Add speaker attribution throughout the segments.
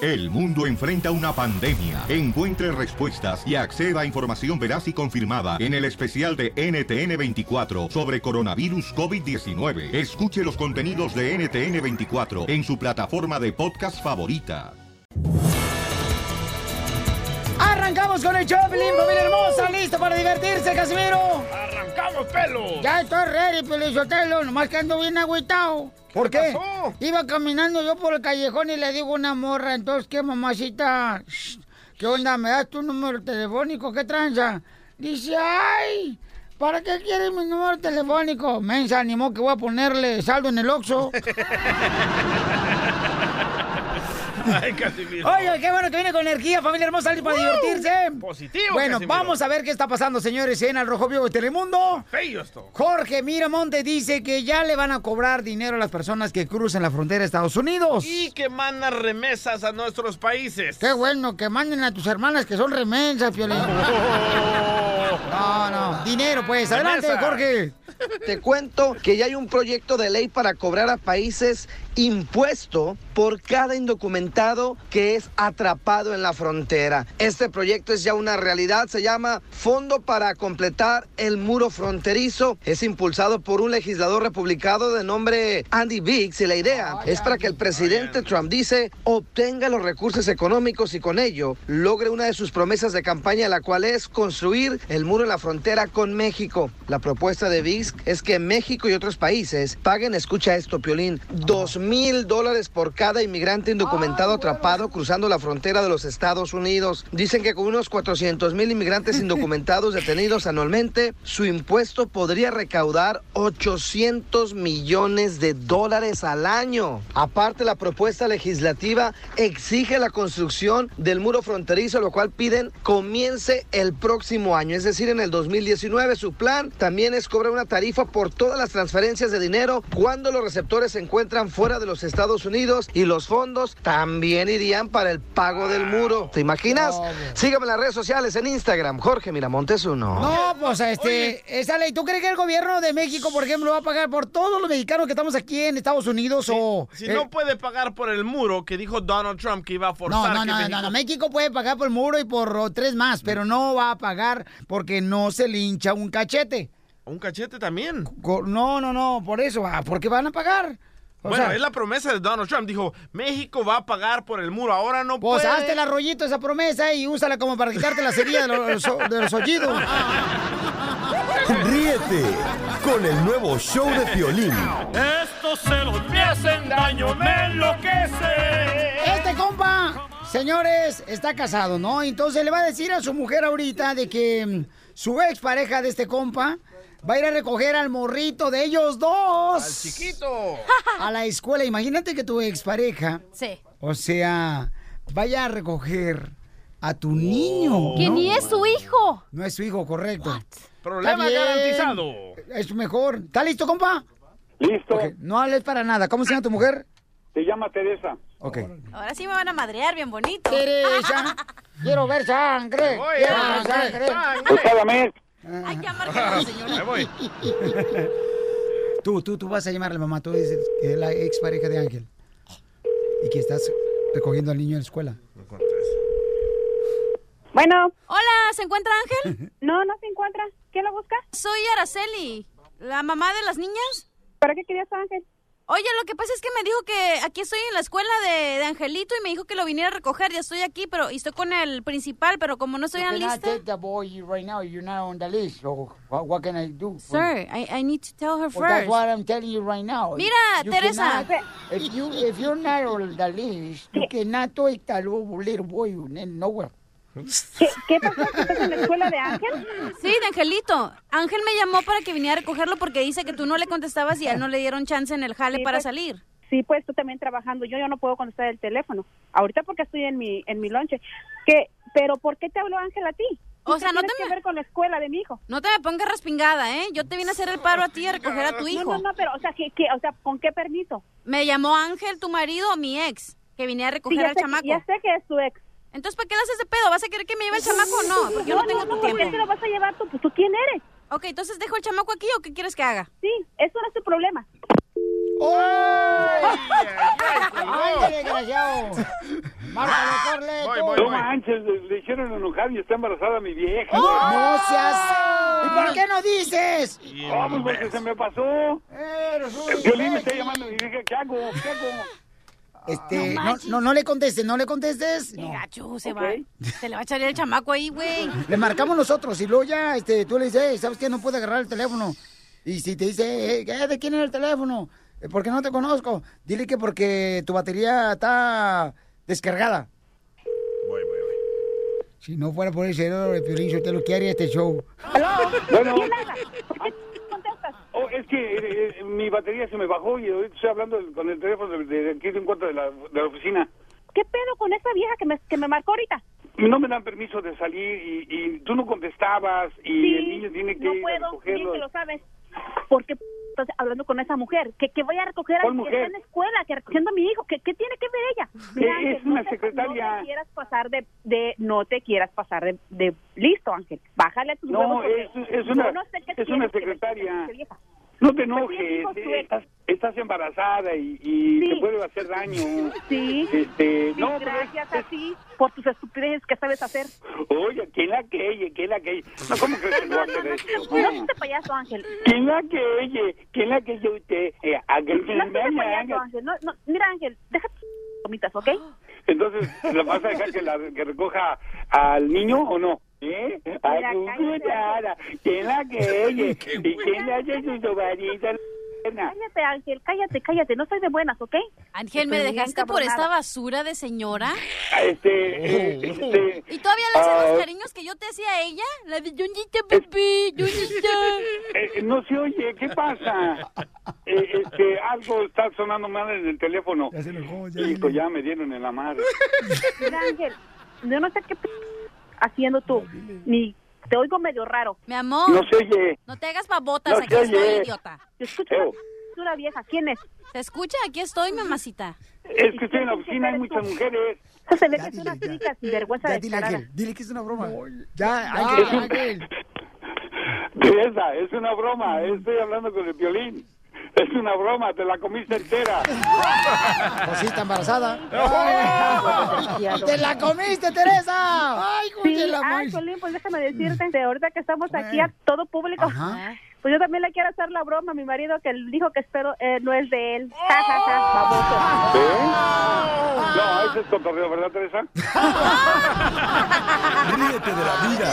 Speaker 1: El mundo enfrenta una pandemia. Encuentre respuestas y acceda a información veraz y confirmada en el especial de NTN24 sobre coronavirus COVID-19. Escuche los contenidos de NTN24 en su plataforma de podcast favorita.
Speaker 2: Arrancamos con el Choplin, familia hermosa, listo para divertirse, Casimiro.
Speaker 3: Arrancamos pelo.
Speaker 2: Ya estoy ready, Pelizotelo, nomás que ando bien agüitado. ¿Por qué? Iba caminando yo por el callejón y le digo a una morra, entonces, ¿qué mamacita? Shh, ¿Qué onda? ¿Me das tu número telefónico? ¿Qué tranza? Dice, ¡ay! ¿Para qué quieres mi número telefónico? Me animó que voy a ponerle saldo en el Oxxo.
Speaker 3: Ay, Casimiro.
Speaker 2: Oye, qué bueno que viene con energía, familia hermosa, alguien para
Speaker 3: ¡Woo!
Speaker 2: divertirse.
Speaker 3: Positivo,
Speaker 2: Bueno,
Speaker 3: Casimiro.
Speaker 2: vamos a ver qué está pasando, señores, en Al Rojo Vivo de Telemundo.
Speaker 3: Feo esto.
Speaker 2: Jorge Miramonte dice que ya le van a cobrar dinero a las personas que crucen la frontera de Estados Unidos.
Speaker 3: Y que mandan remesas a nuestros países.
Speaker 2: Qué bueno que manden a tus hermanas que son remensas, Piolín.
Speaker 3: Oh.
Speaker 2: No, no, dinero pues. Adelante,
Speaker 4: Remesa.
Speaker 2: Jorge.
Speaker 4: Te cuento que ya hay un proyecto de ley para cobrar a países impuesto por cada indocumentado que es atrapado en la frontera. Este proyecto es ya una realidad, se llama Fondo para completar el muro fronterizo. Es impulsado por un legislador republicano de nombre Andy Biggs y la idea es para que el presidente Trump dice obtenga los recursos económicos y con ello logre una de sus promesas de campaña, la cual es construir el muro en la frontera con México. La propuesta de Biggs es que México y otros países paguen, escucha esto, Piolín, dos mil dólares por cada inmigrante indocumentado atrapado cruzando la frontera de los Estados Unidos. Dicen que con unos 400 mil inmigrantes indocumentados detenidos anualmente, su impuesto podría recaudar 800 millones de dólares al año. Aparte, la propuesta legislativa exige la construcción del muro fronterizo, lo cual piden comience el próximo año, es decir, en el 2019. Su plan también es cobrar una tarifa por todas las transferencias de dinero cuando los receptores se encuentran fuera de los Estados Unidos y los fondos también irían para el pago del muro. ¿Te imaginas? Sígame en las redes sociales, en Instagram, Jorge Miramontes uno.
Speaker 2: No, pues este, esa ley, ¿tú crees que el gobierno de México, por ejemplo, va a pagar por todos los mexicanos que estamos aquí en Estados Unidos o
Speaker 3: Si
Speaker 2: eh,
Speaker 3: no puede pagar por el muro que dijo Donald Trump que iba a
Speaker 2: No,
Speaker 3: forzar
Speaker 2: no,
Speaker 3: que
Speaker 2: no,
Speaker 3: México- Mm.
Speaker 2: no, no, México puede pagar por el muro y por oh, tres más, pero no va a pagar porque no se le hincha un cachete.
Speaker 3: ¿Un cachete también?
Speaker 2: No, no, no, por eso, ah, ¿por qué van a pagar? O
Speaker 3: Bueno,
Speaker 2: sea,
Speaker 3: es la promesa de Donald Trump. Dijo, México va a pagar por el muro. Ahora no
Speaker 2: Pues
Speaker 3: puede.
Speaker 2: hazte el arroyito esa promesa y úsala como para quitarte la cerilla de los, de los oídos.
Speaker 3: Ah,
Speaker 5: Ríete con el nuevo show de violín.
Speaker 3: Estos celos me hacen daño, me enloquece.
Speaker 2: Este compa, señores, está casado, ¿no? Entonces le va a decir a su mujer ahorita de que mm, su expareja de este compa va a ir a recoger al morrito de ellos dos. Al
Speaker 3: chiquito.
Speaker 2: A la escuela. Imagínate que tu expareja,
Speaker 6: Sí.
Speaker 2: o sea, vaya a recoger a tu niño.
Speaker 6: Que
Speaker 2: ¿no?
Speaker 6: ni Oh. es su hijo.
Speaker 2: No es su hijo, correcto. Está
Speaker 3: Problema
Speaker 2: bien.
Speaker 3: garantizado.
Speaker 2: Es mejor. ¿Está listo, compa? Listo. No hables para nada. ¿Cómo se llama tu mujer?
Speaker 7: Se llama Teresa.
Speaker 2: Ok.
Speaker 6: Ahora sí me van a madrear bien bonito.
Speaker 2: Teresa, quiero ver sangre.
Speaker 6: voy,
Speaker 2: Quiero
Speaker 6: eh,
Speaker 2: ver sangre.
Speaker 7: Pues cada mes.
Speaker 6: Hay que amargarlo, señora.
Speaker 3: voy.
Speaker 2: Tú, tú, tú vas a llamarle, mamá. Tú dices que es la ex pareja de Ángel. Y que estás recogiendo al niño en la escuela.
Speaker 8: Bueno.
Speaker 6: Hola, ¿se encuentra Ángel?
Speaker 8: No, no se encuentra. ¿Quién lo busca?
Speaker 6: Soy Araceli, la mamá de las niñas.
Speaker 8: ¿Para qué querías a Ángel?
Speaker 6: Oye, lo que pasa es que me dijo que aquí estoy en la escuela de, de Angelito y me dijo que lo viniera a recoger. Ya estoy aquí, pero y estoy con el principal, pero como no estoy en
Speaker 2: Can I
Speaker 6: lista.
Speaker 2: take the boy right now? You're not on the list. So what, what can I do? for you?
Speaker 6: Sir, I, I need to tell her
Speaker 2: Well, that's
Speaker 6: first.
Speaker 2: what I'm telling you right now.
Speaker 6: Mira,
Speaker 2: You
Speaker 6: Teresa.
Speaker 2: cannot- if you if you're not on the list, you cannot take that little boy in nowhere.
Speaker 8: ¿Qué, qué pasó? ¿Qué pasó en la escuela de Ángel?
Speaker 6: Sí, de Angelito. Ángel me llamó para que viniera a recogerlo porque dice que tú no le contestabas y a él no le dieron chance en el jale
Speaker 8: Sí,
Speaker 6: para
Speaker 8: pues.
Speaker 6: salir.
Speaker 8: Sí, pues tú también trabajando. Yo yo no puedo contestar el teléfono. Ahorita porque estoy en mi en mi lonche. ¿Qué? Pero ¿por qué te habló Ángel a ti?
Speaker 6: O
Speaker 8: ¿Tú
Speaker 6: sea,
Speaker 8: qué
Speaker 6: no
Speaker 8: tienes
Speaker 6: te
Speaker 8: que
Speaker 6: me-
Speaker 8: ver con la escuela de mi hijo.
Speaker 6: No te me pongas respingada, ¿eh? Yo te vine a hacer el paro a ti y a recoger a tu
Speaker 8: No,
Speaker 6: hijo.
Speaker 8: no, no, pero o sea, ¿qué, qué, o sea, ¿con qué permiso?
Speaker 6: Me llamó Ángel, tu marido, o mi ex, que viniera a
Speaker 8: Sí,
Speaker 6: recoger
Speaker 8: ya,
Speaker 6: al
Speaker 8: sé,
Speaker 6: chamaco.
Speaker 8: ya sé que es tu ex.
Speaker 6: Entonces, ¿para qué le haces de pedo? ¿Vas a querer que me lleve el chamaco o no? Porque yo no tengo tu
Speaker 8: ¿por qué te lo
Speaker 6: tiempo.
Speaker 8: vas a llevar tú? Pues, ¿Tú quién eres?
Speaker 6: Ok, entonces, ¿dejo el chamaco aquí o qué quieres que haga?
Speaker 8: Sí, eso no es tu problema.
Speaker 2: ¡Ay, desgraciado! Márcale,
Speaker 9: Ah,
Speaker 2: Corle. tú.
Speaker 10: No manches, le, le hicieron enojar y está embarazada mi vieja.
Speaker 2: No, ¡Oh! no seas. ¿Y por qué no dices?
Speaker 10: ¿Cómo? Porque se me pasó.
Speaker 2: Eres un
Speaker 10: El violín me está llamando y dije, ¿qué hago? ¿Qué hago?
Speaker 2: Este,
Speaker 6: No
Speaker 2: no,
Speaker 6: manches.
Speaker 2: no, no le contestes, no le contestes.
Speaker 6: Qué
Speaker 2: No.
Speaker 6: gacho, Pues se
Speaker 10: Ok.
Speaker 6: va. Se le va a echar el chamaco ahí, güey.
Speaker 2: Le marcamos nosotros y luego ya este, tú le dices, "Ey, ¿sabes qué? No pude agarrar el teléfono. Y si te dice, "Eh, ¿qué? ¿de quién era el teléfono? Eh, ¿Por qué no te conozco? Dile que porque tu batería está descargada.
Speaker 11: Voy, voy, voy.
Speaker 2: Si no fuera por el cerebro de Piolín, yo te lo que haría este show.
Speaker 10: Bueno,
Speaker 9: ¿Por qué no contestas?
Speaker 10: oh, es que eh, eh, mi batería se me bajó y ahorita estoy hablando del- con el teléfono de, de aquí de un cuarto de la, de la oficina.
Speaker 9: ¿Qué pedo con esa vieja que me, que me marcó ahorita?
Speaker 10: No me dan permiso de salir y, y tú no contestabas y el niño tiene que
Speaker 9: no
Speaker 10: ir a
Speaker 9: puedo, bien
Speaker 10: recogerlo.
Speaker 9: que lo sabes. Porque estás hablando con esa mujer, que, que voy a recoger a
Speaker 10: ¿Cuál
Speaker 9: alguien que está
Speaker 10: mujer?
Speaker 9: en la escuela, que recogiendo a mi hijo, que, ¿qué tiene que ver ella?
Speaker 10: Que es
Speaker 9: Ángel,
Speaker 10: una
Speaker 9: te-
Speaker 10: secretaria.
Speaker 9: No te quieras pasar de, de no te quieras pasar de, de- listo, Ángel. Bájale a tus
Speaker 10: No,
Speaker 9: huevos. porque
Speaker 10: es- es
Speaker 9: yo
Speaker 10: una-
Speaker 9: no sé qué
Speaker 10: es
Speaker 9: quieres
Speaker 10: una
Speaker 9: que este me quite
Speaker 10: secretaria.
Speaker 9: esa vieja.
Speaker 10: No
Speaker 9: Pues
Speaker 10: te
Speaker 9: sí,
Speaker 10: enojes,
Speaker 9: hijo, tú-
Speaker 10: eh, estás, estás embarazada y, y
Speaker 9: Sí.
Speaker 10: te puede hacer daño.
Speaker 9: Sí. Sí,
Speaker 10: Este, no, pero es-
Speaker 9: gracias a ti por tus estupideces que sabes hacer.
Speaker 10: Oye, ¿quién la que ella? ¿Quién la que ella? No, ¿cómo crees que no va a hacer eso?
Speaker 9: No seas de payaso, Ángel.
Speaker 10: ¿Quién la que ella? ¿Quién la que ella usted? Eh, ángel,
Speaker 9: No seas de
Speaker 10: ángel,
Speaker 9: payaso,
Speaker 10: ángel.
Speaker 9: Ángel. No, no, mira, Ángel, deja tus comitas, ¿ok?
Speaker 10: Entonces, ¿la vas a dejar que, la, que recoja al niño o no? ¿Eh? Ay,
Speaker 9: Mira,
Speaker 10: qué
Speaker 9: cállate.
Speaker 10: cuidada. ¿Quién la que ella? ¿Y quién le hace su sobanita?
Speaker 9: Cállate, Ángel, cállate, cállate. No soy de buenas, ¿ok?
Speaker 6: Ángel, ¿me
Speaker 9: Estoy bien
Speaker 6: dejaste por esta
Speaker 9: encabronada.
Speaker 6: basura de señora?
Speaker 10: Este, eh, este...
Speaker 6: ¿Y todavía le haces los
Speaker 10: Ah.
Speaker 6: cariños que yo te hacía a ella? La de Yonita, papi, Yonita.
Speaker 10: Eh, no se oye, ¿qué pasa? Eh, este, algo está sonando mal en el teléfono.
Speaker 2: Ya se enojó, ya.
Speaker 10: Hijo, ya me dieron en la madre.
Speaker 9: Mira, Ángel, yo no sé qué p- haciendo tú. Ni te oigo medio raro.
Speaker 6: Mi
Speaker 10: No
Speaker 6: amor,
Speaker 10: se oye.
Speaker 6: no te hagas babotas,
Speaker 10: No
Speaker 6: aquí
Speaker 10: se
Speaker 6: estoy,
Speaker 10: oye.
Speaker 6: idiota.
Speaker 9: Te escucho una
Speaker 10: Ew.
Speaker 9: basura vieja. ¿Quién es?
Speaker 6: ¿Se escucha? Aquí estoy, mamacita.
Speaker 10: Es que estoy en la oficina, hay muchas mujeres.
Speaker 9: Esa se ve que es
Speaker 2: dile,
Speaker 9: una
Speaker 2: ya.
Speaker 9: cínica sinvergüenza
Speaker 2: Ya
Speaker 9: de
Speaker 2: dile, Ángel, dile que es una broma. Ya,
Speaker 10: Es
Speaker 2: Ángel,
Speaker 10: un-
Speaker 2: Ángel. Mm.
Speaker 10: Teresa, es una broma, estoy hablando con el violín. Es una broma, te la comiste entera.
Speaker 2: Pues sí, está embarazada. Ay, ¡Te la comiste, Teresa! ¡Ay,
Speaker 9: Sí,
Speaker 2: güey, la
Speaker 9: ay,
Speaker 2: madre!
Speaker 9: Solín, pues déjame decirte, de ahorita que estamos aquí a todo público,
Speaker 2: Ajá.
Speaker 9: pues yo también le quiero hacer la broma a mi marido que él dijo que espero eh, no es de él. Ja, ja, ja, baboso.
Speaker 10: ¿Eh? No,
Speaker 2: Ah.
Speaker 10: ese es cotorreo, ¿verdad, Teresa?
Speaker 5: Ríete de la vida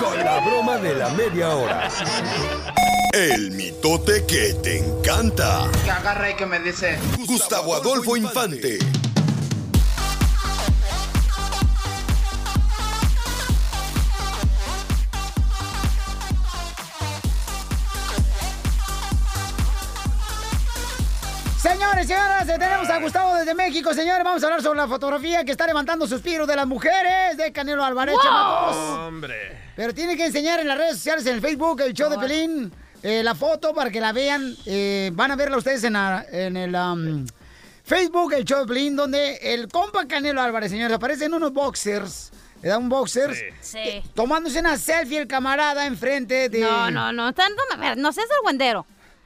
Speaker 5: con la broma de la media hora. El mitote que te encanta.
Speaker 12: que agarra y que me dice,
Speaker 5: Gustavo Adolfo Infante.
Speaker 2: Señores, señoras, eh, tenemos a Gustavo desde México. Señores, vamos a hablar sobre la fotografía que está levantando suspiros de las mujeres de Canelo Álvarez, chamacos.
Speaker 11: Hombre.
Speaker 2: Pero tiene que enseñar en las redes sociales, en el Facebook, el show de Pelín, eh, la foto para que la vean. Eh, van a verla ustedes en, la- en el am, Facebook, el show de Pelín, donde el compa Canelo Álvarez, señores, aparecen unos boxers. Le da un boxers.
Speaker 6: Sí.
Speaker 2: eh, Tomándose una selfie el camarada enfrente de...
Speaker 6: No, no, no. Están toma- mira, no seas argüendero.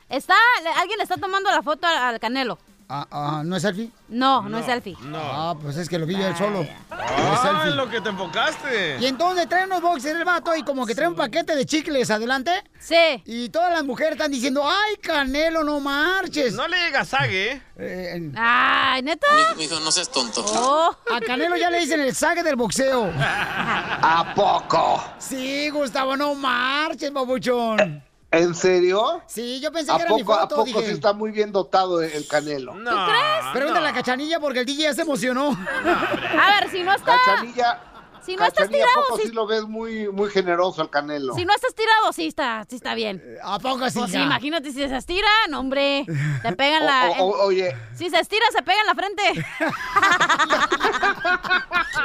Speaker 6: Está, le- alguien le está tomando la foto al, al Canelo.
Speaker 2: Ah, ah, ¿no es selfie?
Speaker 6: No, no, es selfie.
Speaker 11: No.
Speaker 2: Ah, pues es que lo vi yo él solo. No es
Speaker 11: Ah,
Speaker 2: selfie.
Speaker 11: en lo que te enfocaste.
Speaker 2: Y entonces trae unos boxers el vato y como que trae un paquete de chicles adelante.
Speaker 6: Sí.
Speaker 2: Y todas las mujeres están diciendo, ay, Canelo, no marches.
Speaker 11: No le digas sague, ¿eh?
Speaker 2: Eh,
Speaker 6: Ay, neta.
Speaker 13: Mijo, no seas tonto.
Speaker 6: Oh.
Speaker 2: a Canelo ya le dicen el saque del boxeo.
Speaker 12: ¿a poco?
Speaker 2: Sí, Gustavo, no marches, babuchón.
Speaker 12: ¿En serio?
Speaker 2: Sí, yo pensé
Speaker 12: ¿A
Speaker 2: que era mi
Speaker 12: poco, a
Speaker 2: foto,
Speaker 12: poco
Speaker 2: dije.
Speaker 12: sí está muy bien dotado el, el Canelo?
Speaker 11: No. ¿Tú crees?
Speaker 2: Pregúntale a la cachanilla porque el DJ ya se emocionó.
Speaker 6: A ver, si no está,
Speaker 12: Cachanilla,
Speaker 6: si no estás
Speaker 12: Cachanilla, ¿a
Speaker 6: tirado,
Speaker 12: poco sí
Speaker 6: si,
Speaker 12: lo ves muy, muy generoso al Canelo?
Speaker 6: si no estás tirado, sí está, sí está bien.
Speaker 2: Eh, ¿A poco sí?
Speaker 6: Pues sí,
Speaker 2: ya?
Speaker 6: imagínate si se estira, no, hombre. Te pegan
Speaker 12: O-
Speaker 6: la.
Speaker 12: o- o- oye,
Speaker 6: Si se estira, se pega en la frente.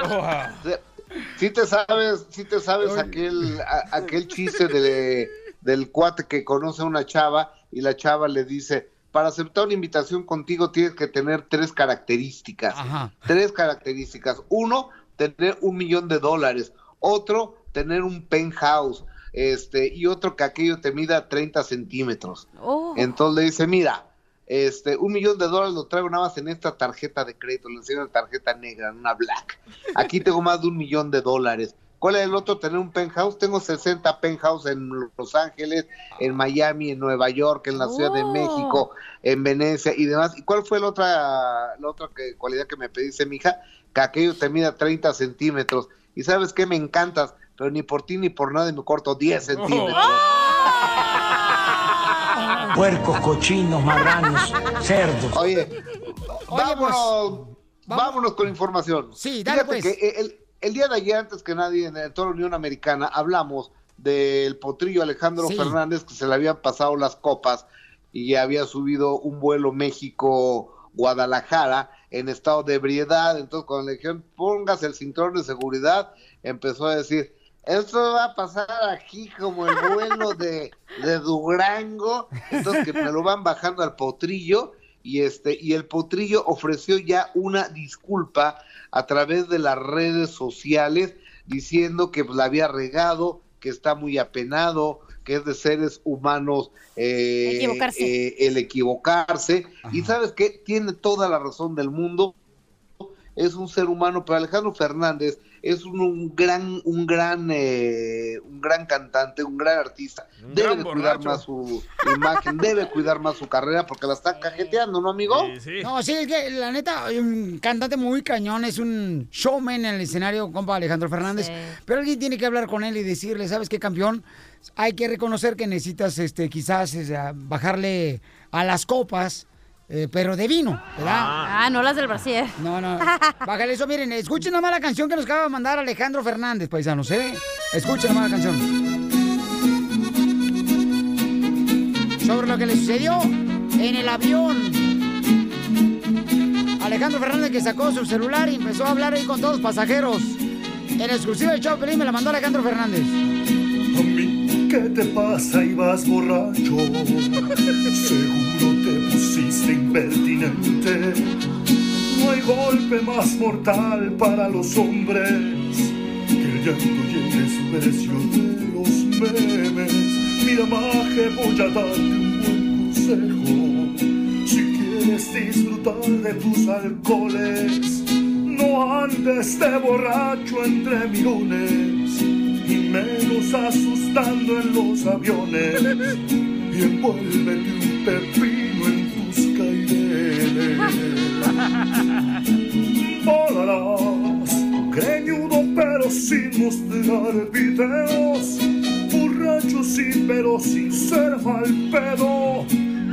Speaker 11: Ah.
Speaker 12: si te sabes, si te sabes aquel, a- aquel chiste de, del cuate que conoce a una chava y la chava le dice, para aceptar una invitación contigo tienes que tener tres características.
Speaker 2: Ajá.
Speaker 12: Tres características. Uno, tener un millón de dólares. Otro, tener un penthouse. Este, y otro que aquello te mida 30 centímetros.
Speaker 6: Oh.
Speaker 12: Entonces le dice, mira, este, un millón de dólares lo traigo nada más en esta tarjeta de crédito, le enseño la tarjeta negra, en una black. Aquí tengo más de un millón de dólares. ¿Cuál es el otro? Tener un penthouse. Tengo 60 penthouse en Los Ángeles, en Miami, en Nueva York, en la Ciudad de
Speaker 13: Oh.
Speaker 12: México, en Venecia y demás. ¿Y cuál fue la otra, la otra que- cualidad que me pediste, mija? Que aquello te mida 30 centímetros. Y sabes qué? me encantas, pero ni por ti ni por nadie me corto 10 centímetros.
Speaker 14: Puercos, cochinos, marranos, cerdos.
Speaker 12: Oye, vámonos, vámonos con información.
Speaker 2: pues, Sí, dale,
Speaker 12: Fíjate
Speaker 2: pues.
Speaker 12: que eh, el, el día de ayer, antes que nadie, en, en toda la Unión Americana, hablamos del potrillo Alejandro
Speaker 15: Sí.
Speaker 12: Fernández, que se le habían pasado las copas y había subido un vuelo México-Guadalajara en estado de ebriedad. Entonces, cuando le dijeron, póngase el cinturón de seguridad, empezó a decir, esto va a pasar aquí como el vuelo de, de Durango. Entonces, que me lo van bajando al potrillo. Y, este, y el potrillo ofreció ya una disculpa a través de las redes sociales diciendo que pues, la había regado, que está muy apenado, que es de seres humanos eh,
Speaker 16: Equivocarse.
Speaker 12: eh, el equivocarse. Y sabes que tiene toda la razón del mundo es un ser humano, pero Alejandro Fernández es un, un gran, un gran, eh, un gran cantante, un gran artista. debe
Speaker 9: gran
Speaker 12: de cuidar
Speaker 9: borracho.
Speaker 12: más su imagen, debe cuidar más su carrera porque la está cajeteando, ¿no, amigo?
Speaker 2: No, sí, es que la neta, hay un cantante muy cañón, es un showman en el escenario, compa Alejandro Fernández. Pero alguien tiene que hablar con él y decirle, ¿sabes qué, campeón? Hay que reconocer que necesitas, este, quizás, es, a- bajarle a las copas, eh, pero de vino, ¿verdad?
Speaker 6: Ah, no las del brasier.
Speaker 2: No, no. Bájale eso, miren, escuchen nomás la canción que nos acaba de mandar Alejandro Fernández, paisanos, ¿eh? Escuchen nomás la canción. Sobre lo que le sucedió en el avión. Alejandro Fernández que sacó su celular y empezó a hablar ahí con todos los pasajeros. En exclusiva el show, Pelín, me la mandó Alejandro Fernández.
Speaker 17: ¿Qué te pasa y vas borracho? Seguro te pusiste impertinente. No hay golpe más mortal para los hombres que el llanto y el desprecio de los memes. Mira, maje, voy a darte un buen consejo. Si quieres disfrutar de tus alcoholes, no andes de borracho entre mirones y menos asustando en los aviones. Y envuélvete un pepino en tus caireles. Volarás, creñudo pero sin mostrar videos. Borracho sí, pero sin ser mal pedo.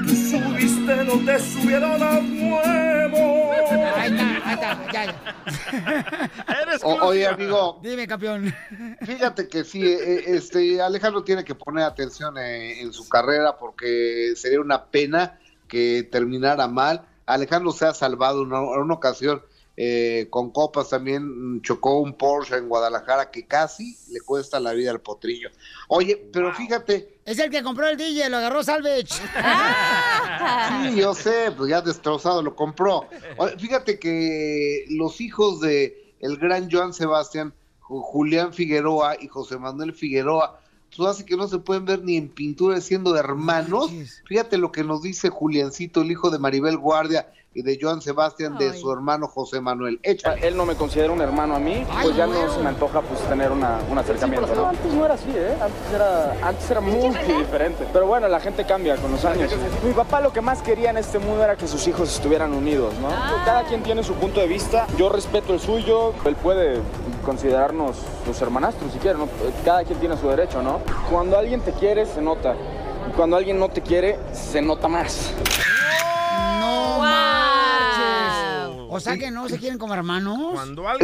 Speaker 17: Tú subiste, no te subieron a huevo.
Speaker 2: Ahí está, ahí está, ya, ya.
Speaker 12: O- oye, amigo.
Speaker 2: Dime, campeón.
Speaker 12: Fíjate que sí, eh, este Alejandro tiene que poner atención eh, en su carrera porque sería una pena que terminara mal. Alejandro se ha salvado en una, en una ocasión eh, con copas también mm, chocó un Porsche en Guadalajara que casi le cuesta la vida al potrillo. Oye, pero fíjate,
Speaker 2: Es el que compró el DJ, lo agarró Salvage.
Speaker 12: sí, yo sé, pues ya destrozado lo compró. Oye, fíjate que los hijos de el gran Joan Sebastián, Ju- Julián Figueroa y José Manuel Figueroa, pues hace que no se pueden ver ni en pintura siendo hermanos. Fíjate lo que nos dice Juliancito, el hijo de Maribel Guardia y de Joan Sebastián, de su hermano José Manuel. Échale.
Speaker 18: Él no me considera un hermano a mí, pues ya no se me antoja pues tener una, un acercamiento, ¿no?
Speaker 19: antes no era así, ¿eh? Antes era, antes era
Speaker 5: pues,
Speaker 19: muy...
Speaker 18: Muy diferente. Pero bueno, la gente cambia con los años. Mi papá lo que más quería en este mundo era que sus hijos estuvieran unidos, ¿no?
Speaker 5: Ah.
Speaker 18: Cada quien tiene su punto de vista. Yo respeto el suyo. Él puede considerarnos sus hermanastros si quiere, ¿no? Cada quien tiene su derecho, ¿no? Cuando alguien te quiere, se nota. Y Cuando alguien no te quiere, se nota más.
Speaker 2: No marches. O sea que no se quieren como hermanos.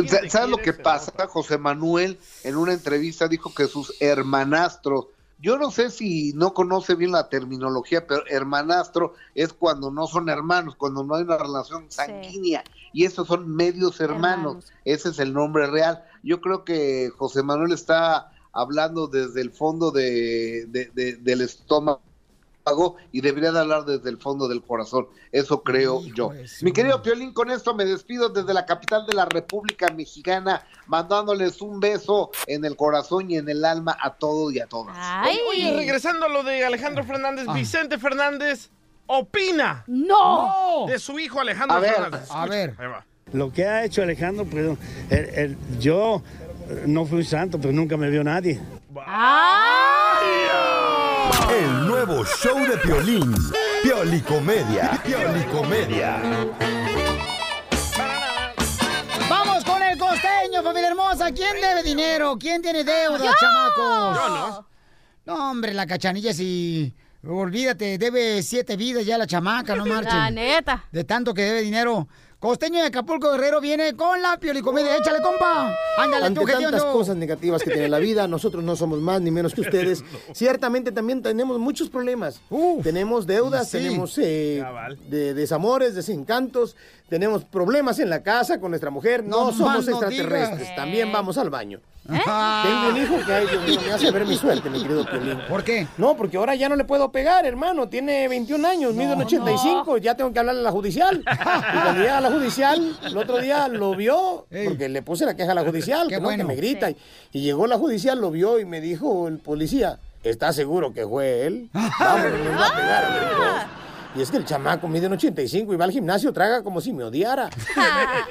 Speaker 12: Sa- ¿Sabes lo que pasa? José Manuel en una entrevista dijo que sus hermanastros, yo no sé si no conoce bien la terminología, pero hermanastro es cuando no son hermanos, cuando no hay una relación sanguínea. Y estos son medios hermanos. Ese es el nombre real. Yo creo que José Manuel está hablando desde el fondo de- de- de- del estómago y debería de hablar desde el fondo del corazón. Eso creo yo. Mi querido Piolín, con esto me despido desde la capital de la República Mexicana, mandándoles un beso en el corazón y en el alma a todos y a todas.
Speaker 2: Ah.
Speaker 16: Oye, oye, regresando a lo de Alejandro Fernández, Vicente Fernández
Speaker 13: opina.
Speaker 2: ¡No!
Speaker 13: De su hijo Alejandro
Speaker 2: A ver,
Speaker 13: Fernández. Escucha,
Speaker 2: a ver.
Speaker 13: Ahí va.
Speaker 15: Lo que ha hecho Alejandro, pues, el- el- yo eh, no fui un santo, pero nunca me vio nadie.
Speaker 5: El nuevo show de Piolín. Piolicomedia. Piolicomedia.
Speaker 2: Vamos con el costeño, familia hermosa. ¿Quién debe dinero? ¿Quién tiene deuda,
Speaker 3: ¡Yo!
Speaker 2: chamacos?
Speaker 3: Yo no.
Speaker 2: No, hombre, la cachanilla sí. Olvídate, debe siete vidas ya la chamaca, no marchen.
Speaker 6: La neta.
Speaker 2: De tanto que debe dinero. Costeño de Acapulco Guerrero viene con la piolicomedia. Échale, compa. Ándale,
Speaker 16: Ante
Speaker 2: tú,
Speaker 16: tantas
Speaker 2: hediondo.
Speaker 16: cosas negativas que tiene la vida, nosotros no somos más ni menos que ustedes. Ciertamente también tenemos muchos problemas. tenemos deudas,
Speaker 9: sí.
Speaker 16: tenemos eh, de- desamores, desencantos, tenemos problemas en la casa con nuestra mujer. No,
Speaker 9: No
Speaker 16: somos
Speaker 9: más no
Speaker 16: extraterrestres,
Speaker 9: digas.
Speaker 16: también vamos al baño. Tengo
Speaker 9: Ajá.
Speaker 16: un hijo que ay, Dios mío, me hace ver mi suerte, mi querido Piolín.
Speaker 2: ¿Por qué?
Speaker 16: No, porque ahora ya no le puedo pegar, hermano. Tiene 21 años, mide un 85, ya tengo que hablarle a la judicial. Y cuando llega a la judicial, el otro día lo vio, porque le puse la queja a la judicial, que, no, que me grita. Y, y llegó la judicial, lo vio y me dijo el policía, ¿estás seguro que fue él? Vamos, que nos va a pegar a los dos". Y es que el chamaco mide un 85 y va al gimnasio, traga como si me odiara.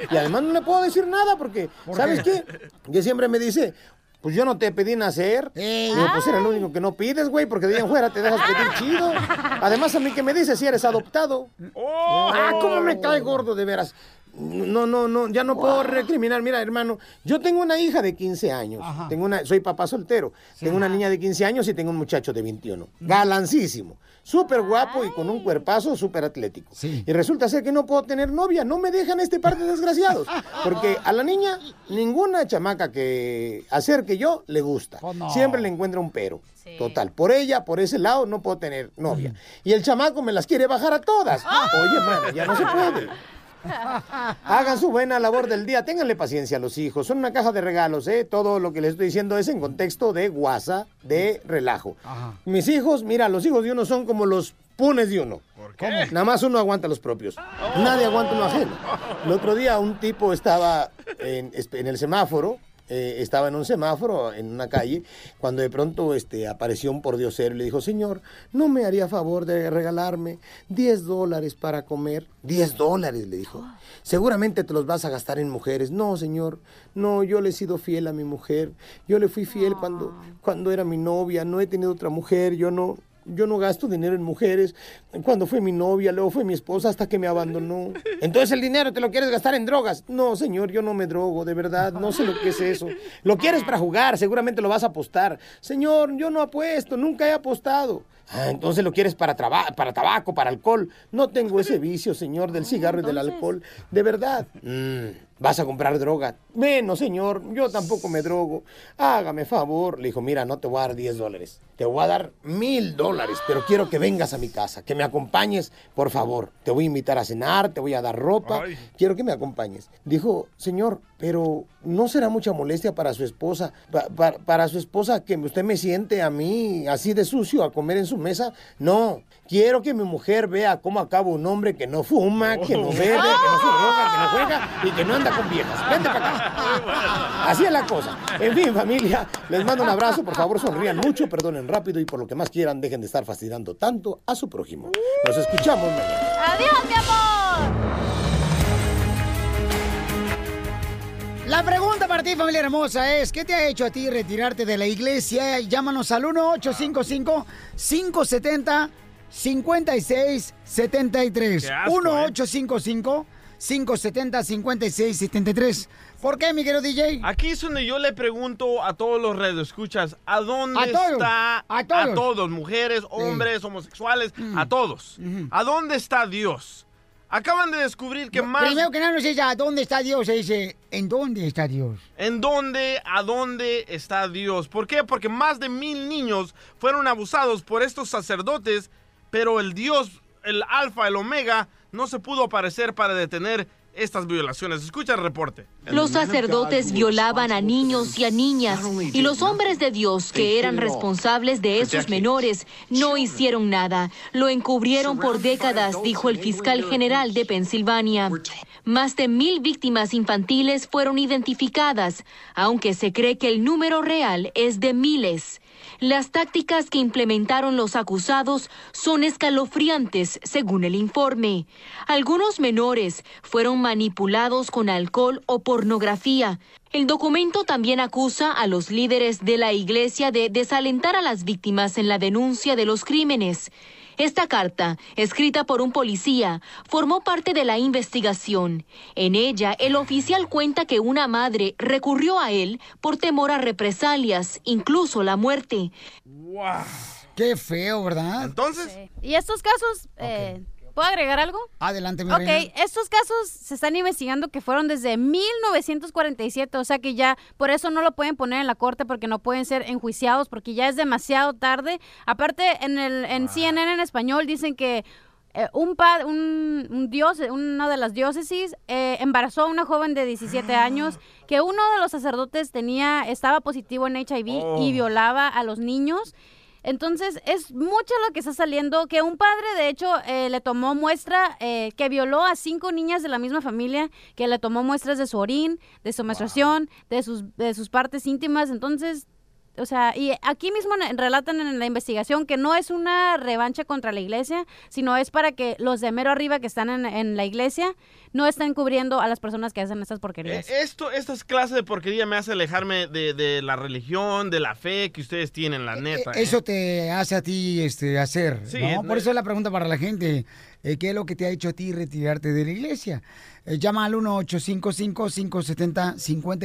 Speaker 16: Y además no le puedo decir nada porque,
Speaker 9: ¿Por
Speaker 16: ¿sabes
Speaker 9: qué?
Speaker 16: qué? Que siempre me dice, pues yo no te pedí nacer. Y yo, pues era el único que no pides, güey, porque de ahí en fuera te dejas pedir chido. Además, a mí que me dice si eres adoptado.
Speaker 9: Oh.
Speaker 16: Ah, cómo me cae gordo, de veras. No, no, no, ya no puedo recriminar. Mira, hermano, yo tengo una hija de 15 años. Tengo una, soy papá soltero. Tengo una niña de 15 años y tengo un muchacho de 21. Galancísimo. Súper guapo y con un cuerpazo súper atlético. Y resulta ser que no puedo tener novia. No me dejan este par de desgraciados. Porque a la niña, ninguna chamaca que acerque yo le gusta. Siempre le encuentra un pero. Total, por ella, por ese lado, no puedo tener novia. Y el chamaco me las quiere bajar a todas. Oye, mano, ya no se puede. Hagan su buena labor del día, ténganle paciencia a los hijos. Son una caja de regalos, ¿eh? Todo lo que les estoy diciendo es en contexto de guasa, de relajo. Mis hijos, mira, los hijos de uno son como los punes de uno. ¿Cómo? Nada más uno aguanta los propios. Nadie aguanta uno ajeno. El otro día un tipo estaba en, en el semáforo. eh, estaba en un semáforo en una calle cuando de pronto este, apareció un pordiosero y le dijo, señor, ¿no me haría favor de regalarme 10 dólares para comer? 10 dólares, le dijo. Seguramente te los vas a gastar en mujeres. No, señor, no, yo le he sido fiel a mi mujer. Yo le fui fiel cuando, cuando era mi novia. No he tenido otra mujer. Yo no, yo no gasto dinero en mujeres. Cuando fue mi novia, luego fue mi esposa hasta que me abandonó. Entonces el dinero te lo quieres gastar en drogas. No, señor, yo no me drogo, de verdad. No sé lo que es eso. Lo quieres para jugar, seguramente lo vas a apostar. Señor, yo no apuesto, nunca he apostado. Ah, entonces lo quieres para, traba- para tabaco, para alcohol. No tengo ese vicio, señor, del cigarro y del alcohol. De verdad. Mm, ¿Vas a comprar droga? Menos, señor, yo tampoco me drogo. Hágame favor. Le dijo, mira, no te voy a dar 10 dólares. Te voy a dar mil dólares, pero quiero que vengas a mi casa, que me acompañes, por favor. Te voy a invitar a cenar, te voy a dar ropa.
Speaker 9: Ay.
Speaker 16: Quiero que me acompañes. Dijo, señor, pero no será mucha molestia para su esposa, pa- pa- para su esposa que usted me siente a mí así de sucio a comer en su mesa. No, quiero que mi mujer vea cómo acaba un hombre que no fuma, que
Speaker 3: Oh.
Speaker 16: no bebe, que no
Speaker 6: ¡Ah!
Speaker 16: se droga, que no juega y que no anda con viejas. Vente para acá. Así es la cosa. En fin, familia, les mando un abrazo. Por favor, sonrían mucho, perdonen rápido y por lo que más quieran, dejen de estar fastidiando tanto a su prójimo. Nos escuchamos mañana.
Speaker 6: ¡Adiós, mi amor!
Speaker 2: La pregunta para ti, familia hermosa, es ¿qué te ha hecho a ti retirarte de la iglesia? Llámanos al 1-855-570-5673.
Speaker 9: Qué asco,
Speaker 13: ¿eh?
Speaker 2: 1-855-570-5673. ¿Por qué, mi querido DJ?
Speaker 13: Aquí es donde yo le pregunto a todos los radioescuchas, ¿a dónde
Speaker 2: A todos,
Speaker 13: está
Speaker 2: a todos. Mm.
Speaker 13: mujeres, hombres, homosexuales, a todos? ¿A dónde está Dios? Acaban de descubrir que más
Speaker 2: Primero que nada, no se dice ¿a dónde está Dios? Se dice ¿en dónde está Dios?
Speaker 13: ¿En dónde, a dónde está Dios? ¿Por qué? Porque más de mil niños fueron abusados por estos sacerdotes, pero el Dios, el Alfa, el Omega, no se pudo aparecer para detener estas violaciones. Escucha el reporte.
Speaker 20: Los sacerdotes violaban a niños y a niñas, y los hombres de Dios que eran responsables de esos menores no hicieron nada. Lo encubrieron por décadas, dijo el fiscal general de Pensilvania. Más de mil víctimas infantiles fueron identificadas, aunque se cree que el número real es de miles. Las tácticas que implementaron los acusados son escalofriantes, según el informe. Algunos menores fueron manipulados con alcohol o pornografía. El documento también acusa a los líderes de la iglesia de desalentar a las víctimas en la denuncia de los crímenes. Esta carta, escrita por un policía, formó parte de la investigación. En ella, el oficial cuenta que una madre recurrió a él por temor a represalias, incluso la muerte.
Speaker 2: Qué feo, ¿verdad?
Speaker 13: Entonces...
Speaker 6: Y estos casos, eh, ¿puedo agregar algo?
Speaker 2: Adelante, mi
Speaker 6: Ok,
Speaker 2: reina.
Speaker 6: estos casos se están investigando que fueron desde 1947, o sea que ya por eso no lo pueden poner en la corte porque no pueden ser enjuiciados porque ya es demasiado tarde. Aparte en el en CNN en español dicen que eh, un, pa- un, un dios, una de las diócesis, eh, embarazó a una joven de 17
Speaker 2: Ah.
Speaker 6: años que uno de los sacerdotes tenía estaba positivo en HIV
Speaker 9: Oh.
Speaker 6: y violaba a los niños. Entonces, es mucho lo que está saliendo, que un padre, de hecho, eh, le tomó muestra, eh, que violó a cinco niñas de la misma familia, que le tomó muestras de su orín, de su menstruación, de, sus, de sus partes íntimas. Entonces, o sea, y aquí mismo en- relatan en la investigación que no es una revancha contra la iglesia, sino es para que los de mero arriba que están en, en la iglesia no estén cubriendo a las personas que hacen estas porquerías.
Speaker 13: Eh, Esto, estas clases de porquería me hace alejarme de, de la religión, de la fe que ustedes tienen, la neta. ¿eh?
Speaker 2: Eso te hace a ti este, hacer.
Speaker 13: Sí,
Speaker 2: ¿no?
Speaker 13: es-
Speaker 2: Por eso es la pregunta para la gente. eh, ¿Qué es lo que te ha hecho a ti retirarte de la iglesia? Eh, llama al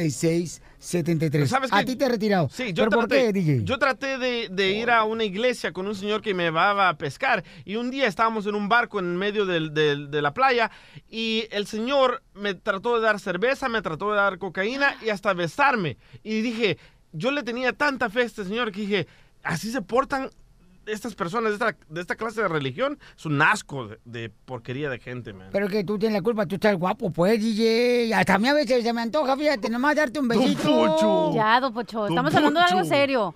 Speaker 2: 1-855-570-5673.
Speaker 13: ¿Sabes
Speaker 2: a
Speaker 13: qué?
Speaker 2: ti te ha retirado.
Speaker 13: Sí, yo
Speaker 2: ¿Pero por
Speaker 13: traté,
Speaker 2: qué, DJ?
Speaker 13: Yo traté de, de ir a una iglesia con un señor que me llevaba a pescar y un día estábamos en un barco en medio del- del- de la playa y el señor me trató de dar cerveza, me trató de dar cocaína y hasta besarme. Y dije, yo le tenía tanta fe a este señor que dije, así se portan estas personas de esta, de esta clase de religión. Es un asco de, de porquería de gente, man.
Speaker 2: Pero que tú tienes la culpa, tú estás guapo, pues, DJ. Hasta a mí a veces se me antoja, fíjate, nomás darte un besito.
Speaker 6: Pocho. Ya, don Pocho,
Speaker 2: Don
Speaker 6: estamos hablando de algo
Speaker 2: Pocho.
Speaker 6: serio.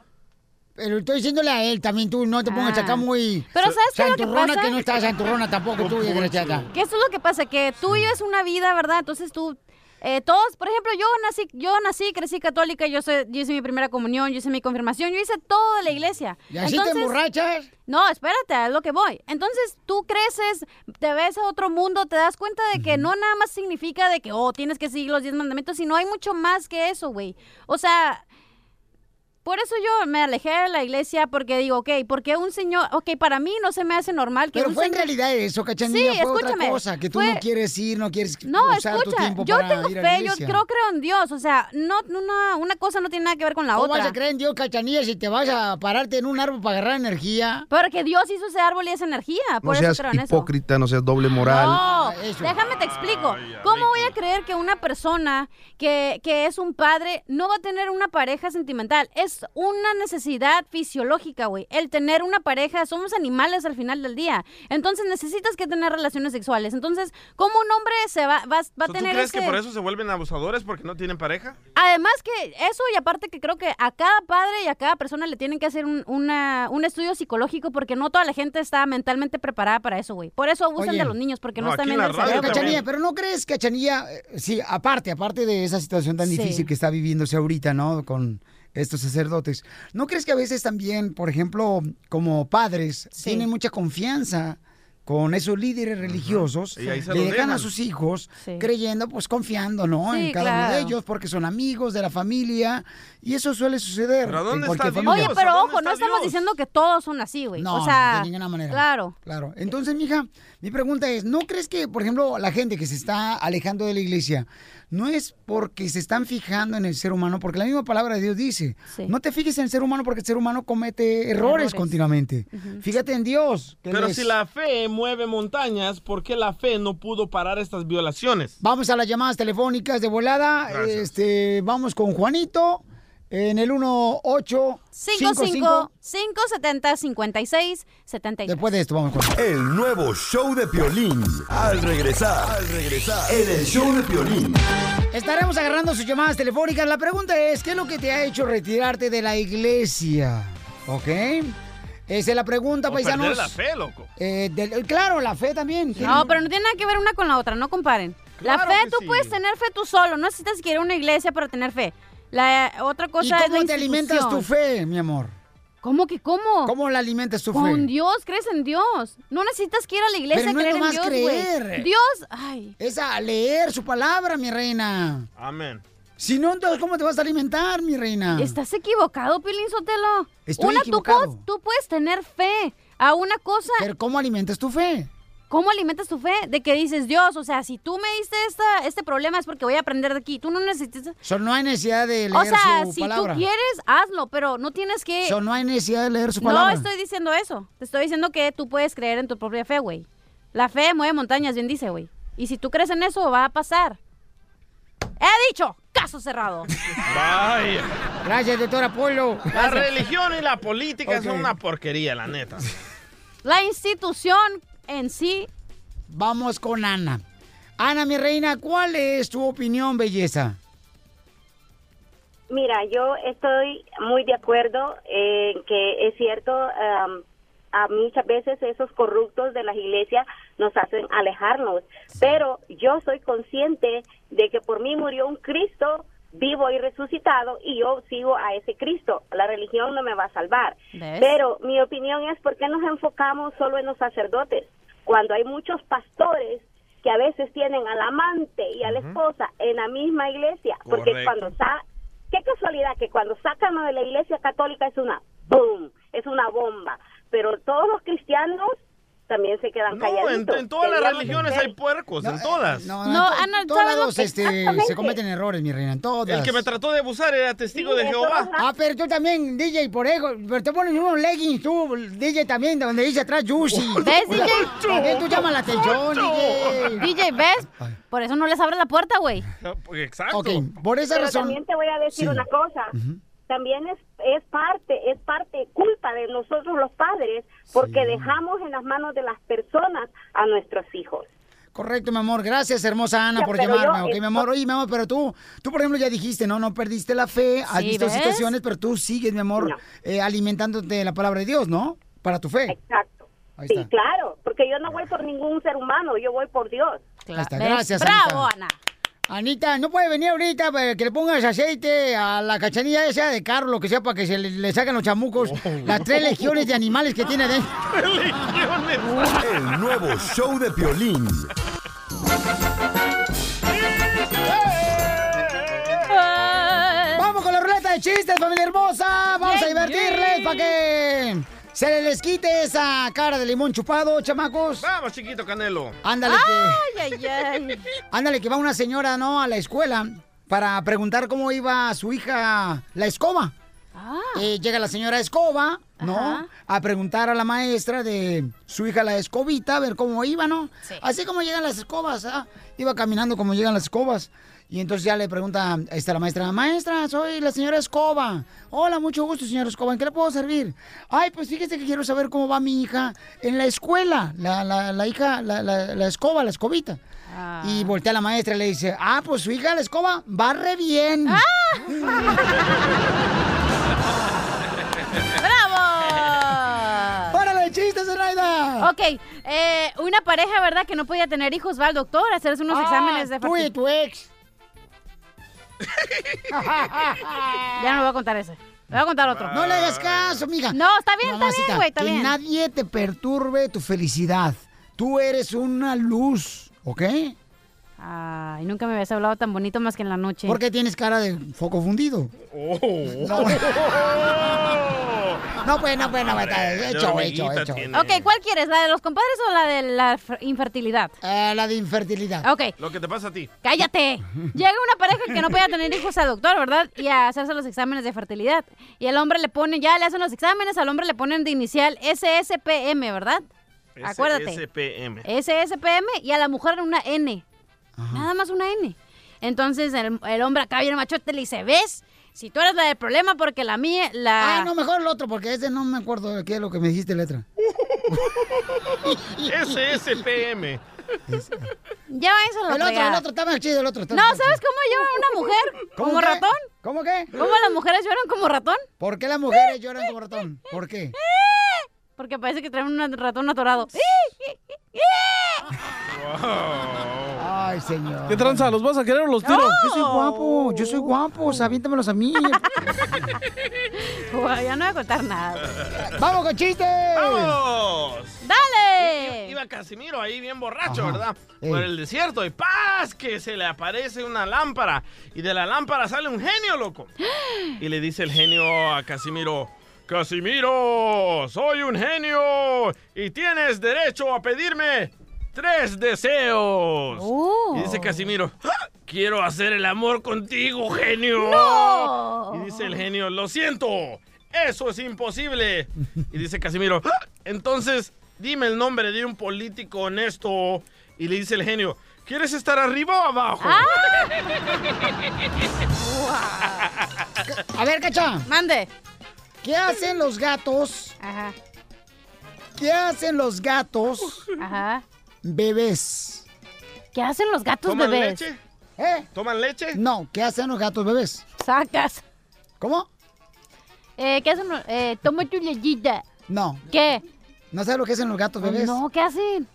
Speaker 2: Pero estoy diciéndole a él también, tú no te pongas
Speaker 6: Ah.
Speaker 2: acá muy...
Speaker 6: Pero ¿sabes qué es lo que
Speaker 2: santurrona,
Speaker 6: pasa?
Speaker 2: que no estás santurrona tampoco, tú, desgraciada.
Speaker 6: Que eso es lo que pasa, que tú vives una vida, ¿verdad? Entonces tú, eh, todos, por ejemplo, yo nací, yo nací, crecí católica, yo, sé- yo hice mi primera comunión, yo hice mi confirmación, yo hice todo de la iglesia.
Speaker 2: ¿Y así te emborrachas?
Speaker 6: No, espérate, a lo que voy. Entonces tú creces, te ves a otro mundo, te das cuenta de que no nada más significa de que, oh, tienes que seguir los diez mandamientos, sino hay mucho más que eso, güey. O sea, por eso yo me alejé de la iglesia porque digo, ok, porque un señor, ok, para mí no se me hace normal que
Speaker 2: Pero
Speaker 6: un
Speaker 2: fue en
Speaker 6: señor-
Speaker 2: realidad eso,
Speaker 6: Sí,
Speaker 2: cachanilla, fue
Speaker 6: escúchame,
Speaker 2: otra cosa, que tú
Speaker 6: fue-
Speaker 2: no quieres ir, no quieres
Speaker 6: No,
Speaker 2: usar tu
Speaker 6: escucha,
Speaker 2: tiempo
Speaker 6: yo
Speaker 2: para
Speaker 6: tengo
Speaker 2: ir a la
Speaker 6: fe, yo
Speaker 2: iglesia.
Speaker 6: creo, creo en Dios, o sea, no, no- no, una cosa no tiene nada que ver con la
Speaker 2: ¿Cómo
Speaker 6: otra.
Speaker 2: vas a creer en Dios, cachanilla, si te vas a pararte en un árbol para agarrar energía?
Speaker 6: Porque Dios hizo ese árbol y esa energía,
Speaker 21: No
Speaker 6: por
Speaker 21: seas
Speaker 6: eso creo en eso.
Speaker 21: hipócrita, no seas doble moral.
Speaker 6: No,
Speaker 13: Ah,
Speaker 6: déjame te explico. ¿Cómo voy a creer que una persona que, que es un padre no va a tener una pareja sentimental? Es una necesidad fisiológica, güey. El tener una pareja, somos animales al final del día. Entonces necesitas que tener relaciones sexuales. Entonces, ¿cómo un hombre se va, va, va a
Speaker 13: ¿Tú
Speaker 6: tener
Speaker 13: crees
Speaker 6: este
Speaker 13: que
Speaker 6: ese-
Speaker 13: por eso se vuelven abusadores porque no tienen pareja?
Speaker 6: Además que eso y aparte que creo que a cada padre y a cada persona le tienen que hacer un, una- un estudio psicológico porque no toda la gente está mentalmente preparada para eso, güey. Por eso abusan
Speaker 2: Oye.
Speaker 6: de los niños porque no, están en el
Speaker 2: Pero,
Speaker 6: cerebro.
Speaker 2: Cachanilla, pero no crees, Cachanilla, eh, sí, aparte, aparte de esa situación tan
Speaker 6: Sí.
Speaker 2: difícil que está viviéndose ahorita, ¿no? Con estos sacerdotes, ¿no crees que a veces también, por ejemplo, como padres, tienen mucha confianza? Con esos líderes religiosos,
Speaker 13: Y ahí se
Speaker 2: le
Speaker 13: los
Speaker 2: dejan a
Speaker 13: dejan.
Speaker 2: sus hijos
Speaker 13: Sí.
Speaker 2: creyendo, pues confiando, ¿no? en
Speaker 6: Sí,
Speaker 2: cada uno de
Speaker 6: claro.
Speaker 2: ellos, porque son amigos de la familia, y eso suele suceder.
Speaker 13: ¿Pero
Speaker 2: en
Speaker 13: dónde
Speaker 2: cualquier
Speaker 13: está
Speaker 2: familia.
Speaker 6: Oye, pero ojo, no estamos diciendo que todos son así, güey.
Speaker 2: No,
Speaker 6: o sea,
Speaker 2: no, de ninguna manera.
Speaker 6: Claro.
Speaker 2: Claro. Entonces, mija, mi pregunta es, ¿no crees que, por ejemplo, la gente que se está alejando de la iglesia, no es porque se están fijando en el ser humano? Porque la misma palabra de Dios dice, no te fijes en el ser humano porque el ser humano comete errores,
Speaker 13: Errores.
Speaker 2: continuamente. Fíjate en Dios. que
Speaker 13: Pero
Speaker 2: les-
Speaker 13: si la fe mueve montañas, ¿por qué la fe no pudo parar estas violaciones?
Speaker 2: Vamos a las llamadas telefónicas de volada.
Speaker 13: Gracias.
Speaker 2: Este, vamos con Juanito en el 1855.
Speaker 6: 55-570-56-73.
Speaker 2: Después de esto, vamos con...
Speaker 5: El nuevo show de Piolín. Al regresar, al regresar, en el show de Piolín.
Speaker 2: Estaremos agarrando sus llamadas telefónicas. La pregunta es, ¿qué es lo que te ha hecho retirarte de la iglesia? ¿Ok? Esa es la pregunta,
Speaker 13: O
Speaker 2: paisanos.
Speaker 13: perder la fe, loco.
Speaker 2: Eh, del- claro, la fe también.
Speaker 6: No, pero no tiene nada que ver una con la otra, no comparen. la
Speaker 2: Claro
Speaker 6: fe,
Speaker 2: que
Speaker 6: tú
Speaker 2: sí.
Speaker 6: puedes tener fe tú solo, no necesitas que ir a una iglesia para tener fe. La eh, otra cosa
Speaker 2: ¿Y
Speaker 6: es
Speaker 2: cómo
Speaker 6: la
Speaker 2: te alimentas tu
Speaker 6: institución.
Speaker 2: fe, mi amor?
Speaker 6: ¿Cómo que cómo?
Speaker 2: ¿Cómo la alimentas tu fe?
Speaker 6: Con Dios, crees en Dios. No necesitas que ir a la iglesia
Speaker 2: Pero no
Speaker 6: a
Speaker 2: es
Speaker 6: creer en
Speaker 2: nomás
Speaker 6: Dios,
Speaker 2: creer.
Speaker 6: güey. Dios, ay.
Speaker 2: Es a leer su palabra, mi reina.
Speaker 13: Amén.
Speaker 2: Si no, entonces, ¿cómo te vas a alimentar, mi reina?
Speaker 6: Estás equivocado, Pilín Sotelo.
Speaker 2: Estoy
Speaker 6: una,
Speaker 2: equivocado.
Speaker 6: Tú, puedes- tú puedes tener fe a una cosa.
Speaker 2: Pero ¿cómo alimentas tu fe?
Speaker 6: ¿Cómo alimentas tu fe? De que dices, Dios, o sea, si tú me diste esta, este problema es porque voy a aprender de aquí. Tú no necesitas...
Speaker 2: So, no hay necesidad de leer
Speaker 6: O sea,
Speaker 2: su
Speaker 6: si
Speaker 2: palabra.
Speaker 6: tú quieres, hazlo, pero no tienes que...
Speaker 2: So, no hay necesidad de leer su
Speaker 6: No
Speaker 2: palabra.
Speaker 6: estoy diciendo eso. Te estoy diciendo que tú puedes creer en tu propia fe, güey. La fe mueve montañas, bien dice, güey. Y si tú crees en eso, va a pasar. He dicho, caso cerrado.
Speaker 13: Vaya.
Speaker 2: Gracias, doctor Apolo.
Speaker 13: La religión y la política
Speaker 6: Ok.
Speaker 13: son una porquería, la neta.
Speaker 6: La institución en sí.
Speaker 2: Vamos con Ana. Ana, mi reina, ¿cuál es tu opinión, belleza?
Speaker 9: Mira, yo estoy muy de acuerdo en que es cierto, am, a muchas veces esos corruptos de las iglesias nos hacen alejarnos, pero yo soy consciente de que por mí murió un Cristo vivo y resucitado y yo sigo a ese Cristo. La religión no me va a salvar.
Speaker 21: ¿Ves?
Speaker 9: Pero mi opinión es por qué nos enfocamos solo en los sacerdotes, cuando hay muchos pastores que a veces tienen al amante y a la esposa en la misma iglesia, porque
Speaker 21: Correcto.
Speaker 9: cuando sa qué casualidad que cuando sacan lo de la iglesia católica es una boom, es una bomba, pero todos los cristianos también se quedan
Speaker 13: No, en,
Speaker 9: calladitos.
Speaker 13: en todas las
Speaker 9: Deberíamos
Speaker 13: religiones
Speaker 9: ser-
Speaker 13: hay puercos, en todas.
Speaker 2: No, en
Speaker 6: ah,
Speaker 2: to- en todas este, se cometen errores, mi reina, en todas.
Speaker 13: El que me trató de abusar era testigo de Jehová.
Speaker 2: Ah, pero tú también, DJ, por eso. Pero te pones unos leggings tú, DJ también, de donde dice atrás Yushi.
Speaker 6: ¿Ves, DJ?
Speaker 2: También tú llamas la atención, DJ.
Speaker 6: DJ, ¿ves? Por eso no les abre la puerta, güey.
Speaker 13: pues, Exacto.
Speaker 2: Ok, por esa
Speaker 9: Pero
Speaker 2: razón.
Speaker 9: También te voy a decir
Speaker 2: Sí.
Speaker 9: una cosa. También es, es parte, es parte culpa de nosotros los padres porque dejamos en las manos de las personas a nuestros hijos.
Speaker 2: Correcto, mi amor. Gracias, hermosa Ana,
Speaker 9: Ya,
Speaker 2: por
Speaker 9: pero
Speaker 2: llamarme.
Speaker 9: yo
Speaker 2: Ok, mi amor. Oye, mi amor, pero tú, tú, por ejemplo, ya dijiste, ¿no? No perdiste la fe, has
Speaker 9: Sí,
Speaker 2: visto
Speaker 9: ¿ves?
Speaker 2: situaciones, pero tú sigues, mi amor, eh, alimentándote de la palabra de Dios, ¿no? Para tu fe.
Speaker 9: Exacto.
Speaker 2: Ahí
Speaker 9: Sí,
Speaker 2: está.
Speaker 9: claro, porque yo no voy por ningún ser humano, yo voy por Dios.
Speaker 2: Ahí está. Gracias, Bravo, Anita. Anita, no puede venir ahorita para que le pongas aceite a la cachanilla esa de Carlos, que sea para que se le, le saquen los chamucos, las tres legiones de animales que tiene dentro.
Speaker 5: El nuevo show de Piolín.
Speaker 2: Vamos con la ruleta de chistes, familia hermosa. Vamos a
Speaker 21: Bien,
Speaker 2: divertirles
Speaker 21: bien.
Speaker 2: para que se les quite esa cara de limón chupado, chamacos.
Speaker 13: Vamos, chiquito Canelo.
Speaker 2: Ándale pues. que-
Speaker 6: Ay, ay, ay.
Speaker 2: Ándale, que va una señora, ¿no? A la escuela para preguntar cómo iba su hija, la escoba. Eh, llega la señora Escoba, ¿no?
Speaker 21: Ajá.
Speaker 2: A preguntar a la maestra de su hija la Escobita, a ver cómo iba, ¿no?
Speaker 21: Sí.
Speaker 2: Así como llegan las escobas, ¿ah? Iba caminando como llegan las escobas. Y entonces ya le pregunta esta la maestra, maestra, soy la señora Escoba. Hola, mucho gusto, señora Escoba, ¿en qué le puedo servir? Ay, pues fíjese que quiero saber cómo va mi hija en la escuela, la, la- la hija, la, la- la escoba, la escobita.
Speaker 6: Ah.
Speaker 2: Y voltea la maestra y le dice, ah, pues su hija la escoba va re bien.
Speaker 6: Ah, ¡Bravo!
Speaker 2: ¡Párale, Ah. chistes, Zenaida!
Speaker 6: Ok, eh, una pareja, ¿verdad? Que no podía tener hijos, va al doctor a hacerse unos
Speaker 2: Ah,
Speaker 6: exámenes de
Speaker 2: tú y tu ex.
Speaker 6: Ya no voy a contar ese. Voy a contar otro.
Speaker 2: No le hagas caso, mija.
Speaker 6: No, está bien, está
Speaker 2: Mamacita,
Speaker 6: bien, güey, está
Speaker 2: que
Speaker 6: bien.
Speaker 2: nadie te perturbe tu felicidad. Tú eres una luz, ¿ok?
Speaker 6: Ay, nunca me habías hablado tan bonito más que en la noche.
Speaker 2: Porque tienes cara de foco fundido. No, no pues, no pues, no pues, está
Speaker 21: Hombre,
Speaker 2: Hecho,
Speaker 21: de
Speaker 2: hecho,
Speaker 21: hormiguita
Speaker 2: hecho.
Speaker 21: tiene.
Speaker 6: Ok, ¿cuál quieres? ¿La de los compadres o la de la fr- infertilidad?
Speaker 2: Eh, la de infertilidad.
Speaker 6: Ok,
Speaker 13: Lo que te pasa a ti.
Speaker 6: Cállate. Llega una pareja que no podía tener hijos al doctor, ¿verdad? Y a hacerse los exámenes de fertilidad. Y al hombre le ponen, ya le hacen los exámenes, al hombre le ponen de inicial SSPM, ¿verdad? Acuérdate. Eh,
Speaker 13: SPM.
Speaker 6: SSPM y a la mujer una N. Nada más una N. Entonces el, el hombre acá viene machote le dice, ¿ves? Si tú eres la del problema porque la mía, la...
Speaker 2: Ah, no, mejor el otro, porque ese no me acuerdo de qué es lo que me dijiste letra.
Speaker 13: SSPM.
Speaker 6: Ya váyanse a la
Speaker 2: El otro,
Speaker 6: fregada.
Speaker 2: el otro, está más chido el otro. está
Speaker 6: No,
Speaker 2: más chido.
Speaker 6: ¿sabes cómo llora una mujer?
Speaker 2: ¿Cómo
Speaker 6: ¿Como
Speaker 2: qué?
Speaker 6: ratón?
Speaker 2: ¿Cómo qué?
Speaker 6: ¿Cómo las mujeres lloran como ratón?
Speaker 2: ¿Por qué las mujeres lloran como ratón? ¿Por qué?
Speaker 6: Porque parece que traen un ratón atorado.
Speaker 2: Ay, Ay, señor.
Speaker 21: ¿Qué tranza? ¿Los vas a querer o los tiro?
Speaker 2: Yo soy guapo, yo soy guapo, o sea, aviéntamelos a mí.
Speaker 6: Guau, ya no voy a contar nada.
Speaker 2: ¡Vamos con chistes!
Speaker 13: ¡Vamos!
Speaker 6: ¡Dale!
Speaker 13: I- Iba Casimiro ahí bien borracho,
Speaker 3: Ajá.
Speaker 13: ¿verdad?
Speaker 3: Ey.
Speaker 13: Por el desierto y ¡paz! Que se le aparece una lámpara y de la lámpara sale un genio, loco. Y le dice el genio a Casimiro, Casimiro, soy un genio y tienes derecho a pedirme tres deseos. Y dice Casimiro, "Ah, quiero hacer el amor contigo, genio.
Speaker 3: ¡No!
Speaker 13: Y dice el genio, lo siento, eso es imposible. Y dice Casimiro, "Ah, entonces dime el nombre de un político honesto. Y le dice el genio, ¿quieres estar arriba o abajo?
Speaker 6: ¡Ah!
Speaker 3: Ah.
Speaker 2: A ver, cacha.
Speaker 6: Mande.
Speaker 2: ¿Qué hacen los gatos?
Speaker 6: Ajá.
Speaker 2: ¿Qué hacen los gatos?
Speaker 6: Ajá.
Speaker 2: Bebés.
Speaker 6: ¿Qué hacen los gatos
Speaker 2: ¿Toman
Speaker 6: bebés?
Speaker 2: leche? ¿Eh?
Speaker 13: ¿Toman leche?
Speaker 2: No, ¿qué hacen los gatos bebés?
Speaker 6: Sacas.
Speaker 2: ¿Cómo?
Speaker 6: Eh, ¿Qué hacen? los- Eh, toma tu leyita.
Speaker 2: No.
Speaker 6: ¿Qué? Pues
Speaker 2: ¿No sabes lo que hacen los gatos bebés?
Speaker 6: No, ¿qué hacen?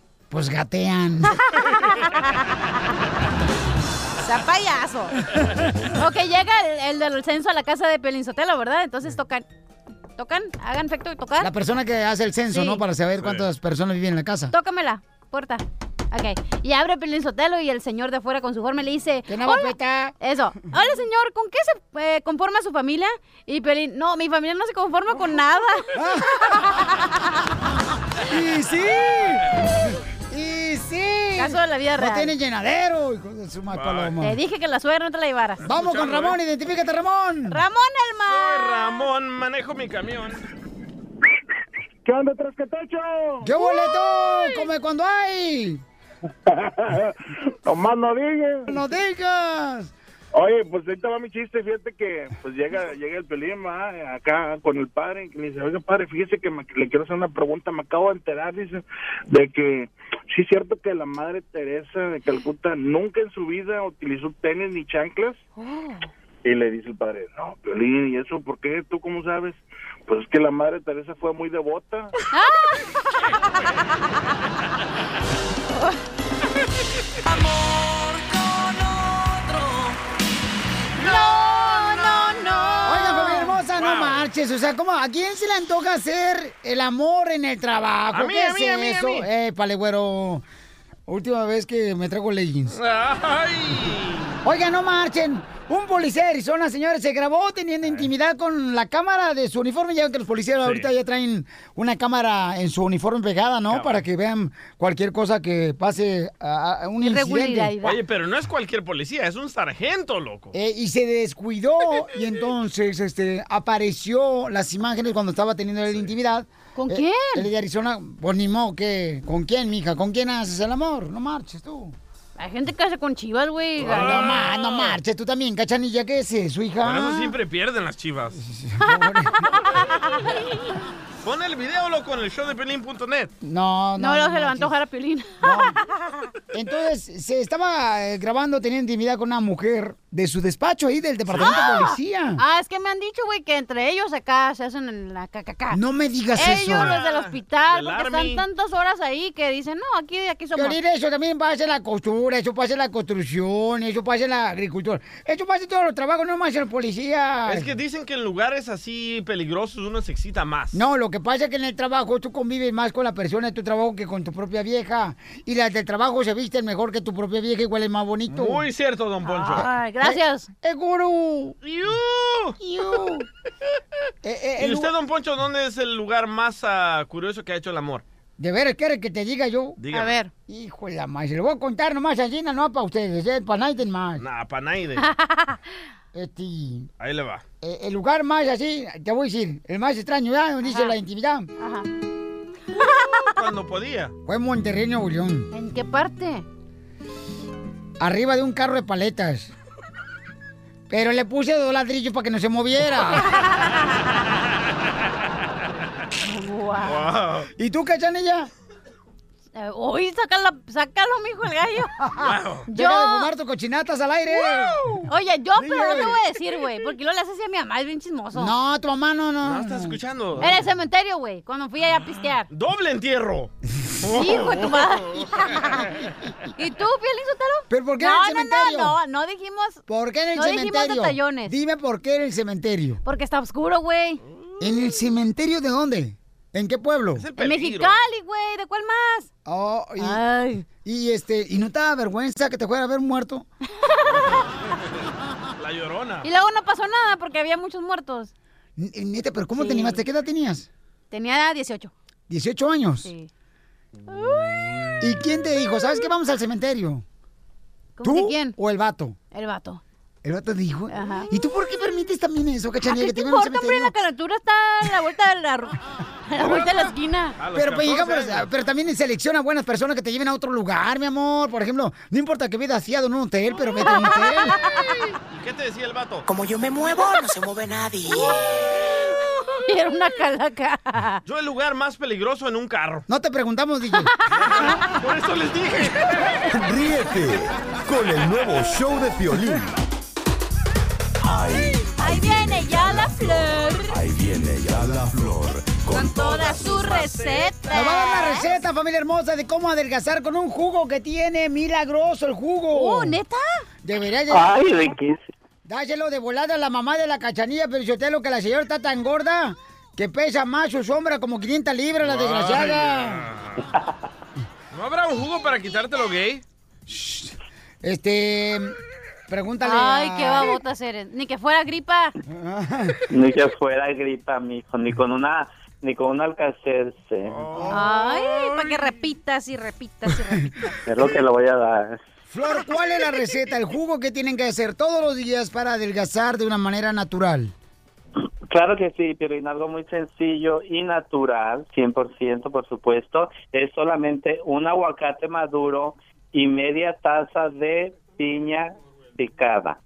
Speaker 2: Pues gatean.
Speaker 6: Está payaso. ok, llega el, el del censo a la casa de Pelinzotelo, ¿verdad? Entonces tocan. Tocan, hagan efecto de tocar.
Speaker 2: La persona que hace el censo,
Speaker 6: Sí.
Speaker 2: ¿no? Para saber cuántas personas viven en la casa.
Speaker 6: Tócamela, puerta. Ok. Y abre Pelinzotelo y el señor de afuera con su forma le dice.
Speaker 2: una
Speaker 6: "Hola".
Speaker 2: guapeta.
Speaker 6: Eso. Hola, señor, ¿con qué se eh, conforma su familia? Y Pelín, no, mi familia no se conforma con nada.
Speaker 2: Ah, ¡Y sí! ¡Y sí!
Speaker 6: Caso de la vida
Speaker 2: no
Speaker 6: real.
Speaker 2: tiene llenadero, hijo de su mal paloma.
Speaker 6: Te dije que la suegra no te la llevaras.
Speaker 2: Vamos con Ramón, identifícate, Ramón.
Speaker 6: Ramón
Speaker 13: Soy
Speaker 6: Alma.
Speaker 13: Ramón, manejo mi camión.
Speaker 10: ¿Qué onda, Trascatacho?
Speaker 2: ¡Qué boleto! ¡Come cuando hay!
Speaker 10: Nomás no digas.
Speaker 2: ¡No digas!
Speaker 10: Oye, pues ahorita va mi chiste, fíjate que pues llega llega el pelín ¿va? acá con el padre y le dice, oiga padre, fíjese que me- le quiero hacer una pregunta, me acabo de enterar, dice, de que sí es cierto que la madre Teresa de Calcuta nunca en su vida utilizó tenis ni chanclas.
Speaker 6: Oh.
Speaker 10: Y le dice el padre, no, Piolín, ¿y eso por qué? ¿Tú cómo sabes? Pues es que la madre Teresa fue muy devota.
Speaker 6: No, no, no.
Speaker 2: Oiga, familia hermosa, no marches. O sea, ¿cómo? ¿a quién se le antoja hacer el amor en el trabajo?
Speaker 3: A mí,
Speaker 2: ¿Qué
Speaker 3: a mí,
Speaker 2: es
Speaker 3: a mí, a
Speaker 2: eso?
Speaker 3: mí.
Speaker 2: Eh, palegüero. Última vez que me trago leggings. Oiga, no marchen. Un policía de Arizona, señores, se grabó teniendo intimidad con la cámara de su uniforme. Ya ven que los policías ahorita ya traen una cámara en su uniforme pegada, ¿no? Para que vean cualquier cosa que pase a, a un incidente.
Speaker 13: Oye, pero no es cualquier policía, es un sargento, loco.
Speaker 2: Eh, y se descuidó y entonces este apareció las imágenes cuando estaba teniendo la intimidad.
Speaker 6: ¿Con
Speaker 2: quién? El de Arizona, pues ni modo que, ¿con quién, mija? ¿Con quién haces el amor? No marches tú.
Speaker 6: Hay gente que hace con chivas, güey.
Speaker 2: No, ma- no marches tú también, cachanilla, ¿qué es eso, hija?
Speaker 13: Por eso siempre pierden las chivas. Pon el video, loco, en el show de Pelín.net.
Speaker 2: No, no.
Speaker 6: No, no se le va a
Speaker 2: manches.
Speaker 6: antojar a Piolín.
Speaker 2: Entonces, se estaba eh, grabando teniendo intimidad con una mujer de su despacho ahí del departamento de policía.
Speaker 6: Ah, es que me han dicho, güey, que entre ellos acá se hacen en la KKK.
Speaker 2: No me digas
Speaker 6: ellos,
Speaker 2: eso.
Speaker 6: los del hospital,
Speaker 2: Del
Speaker 6: porque
Speaker 2: Army.
Speaker 6: están tantas horas ahí que dicen, no, aquí, aquí somos.
Speaker 2: Piolín, eso también pasa en la costura, eso pasa en la construcción, eso pasa en la agricultura. Eso pasa en todos los trabajos, no más en la policía.
Speaker 13: Es que dicen que en lugares así peligrosos uno se excita más.
Speaker 2: No, lo que pasa es que en el trabajo tú convives más con la persona de tu trabajo que con tu propia vieja. Y las del trabajo se visten mejor que tu propia vieja, igual es más bonito.
Speaker 13: Muy cierto, don Poncho.
Speaker 2: gracias. ¡Eh, gurú! Eh,
Speaker 6: Eh,
Speaker 13: ¿Y usted, don Poncho, dónde es el lugar más ah, curioso que ha hecho el amor?
Speaker 2: De veras, ¿quieres que te diga yo?
Speaker 13: Dígame. A ver.
Speaker 2: Hijo de la madre, se lo voy a contar nomás así, no para ustedes, eh, para nadie más.
Speaker 13: Nah, Panaide.
Speaker 2: Este,
Speaker 13: Ahí le va.
Speaker 2: eh, el lugar más así, te voy a decir, el más extraño, ¿verdad? Donde dice la intimidad.
Speaker 6: Ajá.
Speaker 13: Cuando podía.
Speaker 2: Fue en Monterrey, Nuevo León.
Speaker 6: ¿En qué parte?
Speaker 2: Arriba de un carro de paletas. Pero le puse dos ladrillos para que no se moviera.
Speaker 3: Wow.
Speaker 2: ¿Y tú, cachanilla?
Speaker 6: Eh, uy, sácalo, sácalo, mijo, el gallo. Ah,
Speaker 2: Deja de fumar tus cochinatas al aire.
Speaker 6: Oye, yo, pero no
Speaker 2: Dile.
Speaker 6: te voy a decir, güey, porque lo le haces así a mi mamá, es bien chismoso.
Speaker 2: No, tu mamá no, no.
Speaker 6: Ah.
Speaker 13: ¿Estás escuchando?
Speaker 6: En el cementerio, güey, cuando fui allá a pistear.
Speaker 13: ¡Doble entierro!
Speaker 6: Hijo de tu madre. ¿Y tú, Piolín Sotelo?
Speaker 2: ¿Pero por qué
Speaker 6: no,
Speaker 2: en el cementerio?
Speaker 6: No, no, no, no dijimos.
Speaker 2: ¿Por qué en el
Speaker 6: no
Speaker 2: cementerio?
Speaker 6: dijimos detallones.
Speaker 2: Dime por qué en el cementerio.
Speaker 6: Porque está oscuro, güey.
Speaker 2: ¿En el cementerio de dónde? ¿En qué pueblo?
Speaker 6: En Mexicali, güey, ¿de cuál más?
Speaker 2: Oh, y, y este, ¿y no te da vergüenza que te fuera a ver muerto?
Speaker 13: La llorona.
Speaker 6: Y luego no pasó nada porque había muchos muertos.
Speaker 2: N- eh, Neta, pero ¿cómo
Speaker 6: Sí.
Speaker 2: te animaste? ¿Qué edad tenías?
Speaker 6: Tenía 18.
Speaker 2: ¿18 años?
Speaker 6: Sí.
Speaker 2: ¿Y quién te dijo? ¿Sabes qué? Vamos al cementerio.
Speaker 6: ¿Cómo
Speaker 2: ¿Tú
Speaker 6: que quién?
Speaker 2: o el vato?
Speaker 6: El vato.
Speaker 2: El vato dijo. ¿Y tú por qué permites también eso,
Speaker 6: ¿A
Speaker 2: cachanilla?
Speaker 6: qué te
Speaker 2: Que te vean al
Speaker 6: Ah, importa, hombre?
Speaker 2: cementerio.
Speaker 6: La caricatura está a la vuelta de la, ru- a la, vuelta de la esquina.
Speaker 2: Pero, pues, digamos, pero también selecciona buenas personas que te lleven a otro lugar, mi amor. Por ejemplo, no importa que vivas haciado en un hotel, pero vete a un hotel.
Speaker 13: ¿Y qué te decía el vato?
Speaker 2: Como yo me muevo, no se mueve nadie.
Speaker 6: Era una calaca.
Speaker 13: Yo el lugar más peligroso en un carro.
Speaker 2: No te preguntamos, DJ.
Speaker 13: Por eso les dije.
Speaker 5: Ríete con el nuevo show de Piolín. Ahí,
Speaker 6: Ahí viene ya la flor
Speaker 5: ahí viene ya la flor.
Speaker 6: con toda su receta.
Speaker 2: Nos va a dar una receta, familia hermosa, de cómo adelgazar con un jugo que tiene milagroso el jugo.
Speaker 6: Oh, ¿neta?
Speaker 2: Debería de-
Speaker 21: Ay, de qué se-
Speaker 2: Dáselo de volada a la mamá de la cachanilla, pero yo te lo que la señora está tan gorda que pesa más su sombra, como 500 libras, la desgraciada.
Speaker 13: ¿No habrá un jugo para quitártelo gay?
Speaker 2: Este. Pregúntale.
Speaker 6: Ay,
Speaker 2: a-
Speaker 6: qué babotas eres. Ni que fuera gripa.
Speaker 21: Ni que fuera gripa, mijo, ni con una, ni con un alcacerse.
Speaker 6: Oh. Ay, para que repitas y repitas y repitas.
Speaker 21: Es lo que le voy a dar.
Speaker 2: Flor, ¿cuál es la receta, el jugo que tienen que hacer todos los días para adelgazar de una manera natural?
Speaker 21: Claro que sí, pero en algo muy sencillo y natural, 100% por supuesto, es solamente un aguacate maduro y media taza de piña picada.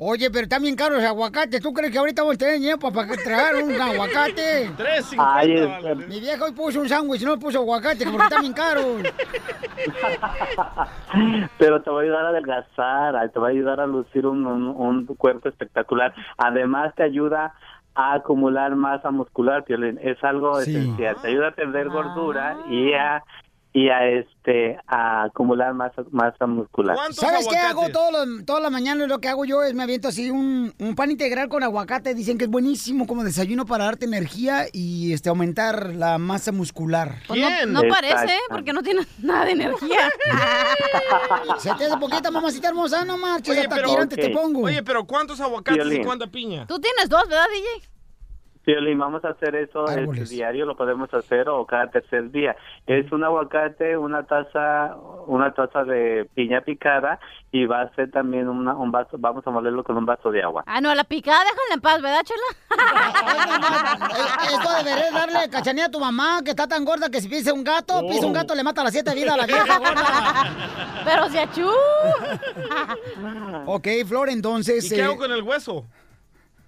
Speaker 2: Oye, pero también caro ese aguacate. ¿Tú crees que ahorita voy a tener dinero para, para tragar un aguacate?
Speaker 21: Ay, es-
Speaker 2: Mi vieja hoy puso un sándwich, no puso aguacate, porque está bien caro.
Speaker 21: Pero te va a ayudar a adelgazar, ay, te va a ayudar a lucir un, un- un cuerpo espectacular. Además te ayuda a acumular masa muscular, Piolín. Es algo esencial. Te ayuda a perder gordura
Speaker 2: Ah.
Speaker 21: y a y a este a acumular masa masa muscular.
Speaker 2: ¿Sabes qué hago todos los- todas las mañanas? Lo que hago yo es me aviento así un, un pan integral con aguacate. Dicen que es buenísimo como desayuno para darte energía y este aumentar la masa muscular.
Speaker 6: Pues no- No, parece, ¿eh? porque no tiene nada de energía.
Speaker 2: Se te hace poquita, mamacita hermosa, no marches, Pues hasta tirante te pongo.
Speaker 13: Oye, pero ¿cuántos aguacates y
Speaker 21: Piolín.
Speaker 13: cuánta piña?
Speaker 6: Tú tienes dos, ¿verdad, DJ?
Speaker 21: Piolín, vamos a hacer eso este diario, lo podemos hacer o cada tercer día. Es un aguacate, una taza, una taza de piña picada y va a ser también una- un vaso, vamos a molerlo con un vaso de agua.
Speaker 6: Ah, no, la picada déjala en paz, ¿verdad, Chela?
Speaker 2: Esto debería darle cachanilla a tu mamá, que está tan gorda que si pisa un gato,
Speaker 6: Oh.
Speaker 2: pisa un gato, le mata las siete vidas a la vieja gorda.
Speaker 6: Pero si achú.
Speaker 2: ok, Flor, entonces...
Speaker 13: ¿Y qué
Speaker 2: eh,
Speaker 13: hago con el hueso?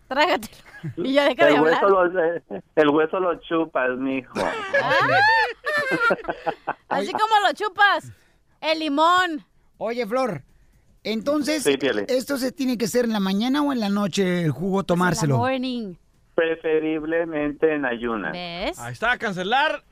Speaker 6: Trágatelo. Y ya deja de
Speaker 21: El
Speaker 6: hablar.
Speaker 21: hueso, lo, el hueso lo chupas, mijo.
Speaker 6: Ah. Así como lo chupas. El limón.
Speaker 2: Oye, Flor, entonces,
Speaker 21: Sí, Piolín.
Speaker 2: ¿esto se tiene que hacer en la mañana o en la noche el jugo tomárselo?
Speaker 6: Morning.
Speaker 21: Preferiblemente en ayunas.
Speaker 13: Ahí está, a cancelar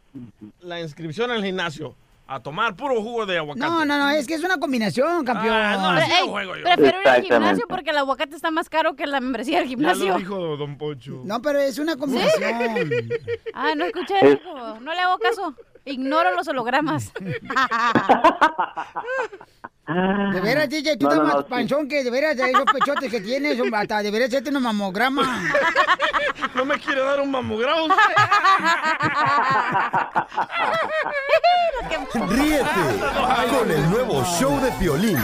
Speaker 13: la inscripción al gimnasio. A tomar puro jugo de aguacate.
Speaker 2: No, no, no, es que es una combinación, campeón.
Speaker 13: Ah, no, así no juego yo.
Speaker 6: Prefiero ir al
Speaker 2: Exactamente.
Speaker 6: gimnasio porque el aguacate está más caro que la membresía del gimnasio.
Speaker 13: Ya lo dijo Don Poncho.
Speaker 2: No, pero es una combinación.
Speaker 6: Ah, no escuché
Speaker 13: Es-
Speaker 6: hijo. No le hago caso. Ignoro los hologramas. Pues
Speaker 2: Ah. De veras, DJ, tú
Speaker 6: No,
Speaker 2: estás
Speaker 6: no,
Speaker 2: más
Speaker 6: no, sí.
Speaker 2: panchón que de veras esos pechotes que tienes, hombre, hasta deberías hacerte un mamograma.
Speaker 13: No me quiere dar un mamograma.
Speaker 5: Ríete con el nuevo show de Piolín.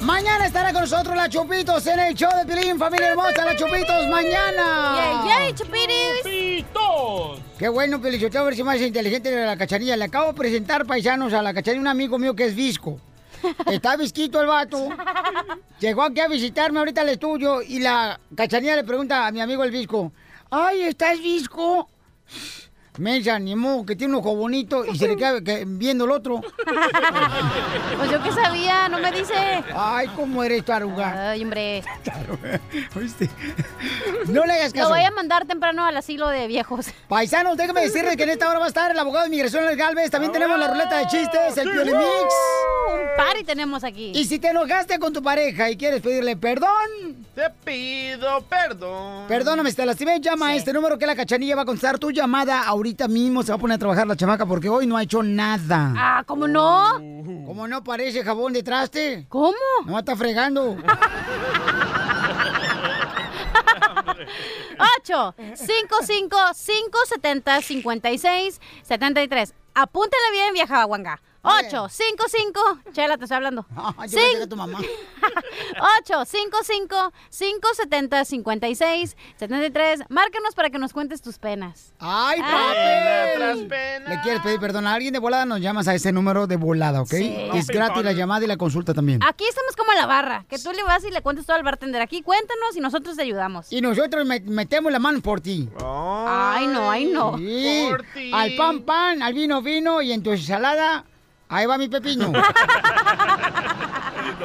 Speaker 2: Mañana estará con nosotros la Chupitos en el show de Pilín, familia hermosa, la Chupitos mañana.
Speaker 6: ¡Yay, yay, Chupiris! ¡Chupitos!
Speaker 2: Qué bueno, Pelichoteo, a ver si más inteligente de la cachanilla. Le acabo de presentar, paisanos, a la cachanilla un amigo mío que es visco. Está visquito el vato. Llegó aquí a visitarme ahorita al estudio y la cachanilla le pregunta a mi amigo el visco, ay, ¿estás visco? Mensa, ni modo, que tiene un ojo bonito y se le queda que- viendo el otro.
Speaker 6: Pues yo qué sabía, no me dice.
Speaker 2: Ay, cómo eres taruga.
Speaker 6: Ay, hombre.
Speaker 2: ¿Oíste? No le hagas
Speaker 6: Lo
Speaker 2: caso.
Speaker 6: voy a mandar temprano al asilo de viejos.
Speaker 2: Paisanos, déjame decirles que en esta hora va a estar el abogado de inmigración Alex Galvez. También tenemos la ruleta de chistes, el Pioli Mix.
Speaker 6: Un party tenemos aquí.
Speaker 2: Y si te enojaste con tu pareja y quieres pedirle perdón,
Speaker 13: Te pido perdón.
Speaker 2: perdóname si te lastimé, llama a este número que la cachanilla va a contestar tu llamada ahorita mismo. Se va a poner a trabajar la chamaca porque hoy no ha hecho nada.
Speaker 6: Ah, ¿cómo no?
Speaker 2: ¿Cómo no parece jabón de traste?
Speaker 6: ¿Cómo?
Speaker 2: No está fregando.
Speaker 6: 8 55 570 56 73. Apúntale bien, vieja guanga. 8 55 Chela, te estoy hablando.
Speaker 2: yo pensé que tu mamá.
Speaker 6: 8 55 570 56 73. Márcanos para que nos cuentes tus penas.
Speaker 2: ¡Ay,
Speaker 6: papi!
Speaker 2: ¿Le quieres pedir perdón a alguien de volada? Nos llamas a ese número de volada, ¿ok?
Speaker 6: Sí.
Speaker 2: Es gratis la llamada y la consulta también.
Speaker 6: Aquí estamos como la barra, que tú le vas y le cuentas todo al bartender. Aquí cuéntanos y nosotros te ayudamos.
Speaker 2: Y nosotros me- metemos la mano por ti.
Speaker 6: Ay, no, ay, no.
Speaker 2: Sí.
Speaker 6: Por ti.
Speaker 2: Al pan, pan, al vino, vino y en tu ensalada, ahí va mi pepiño.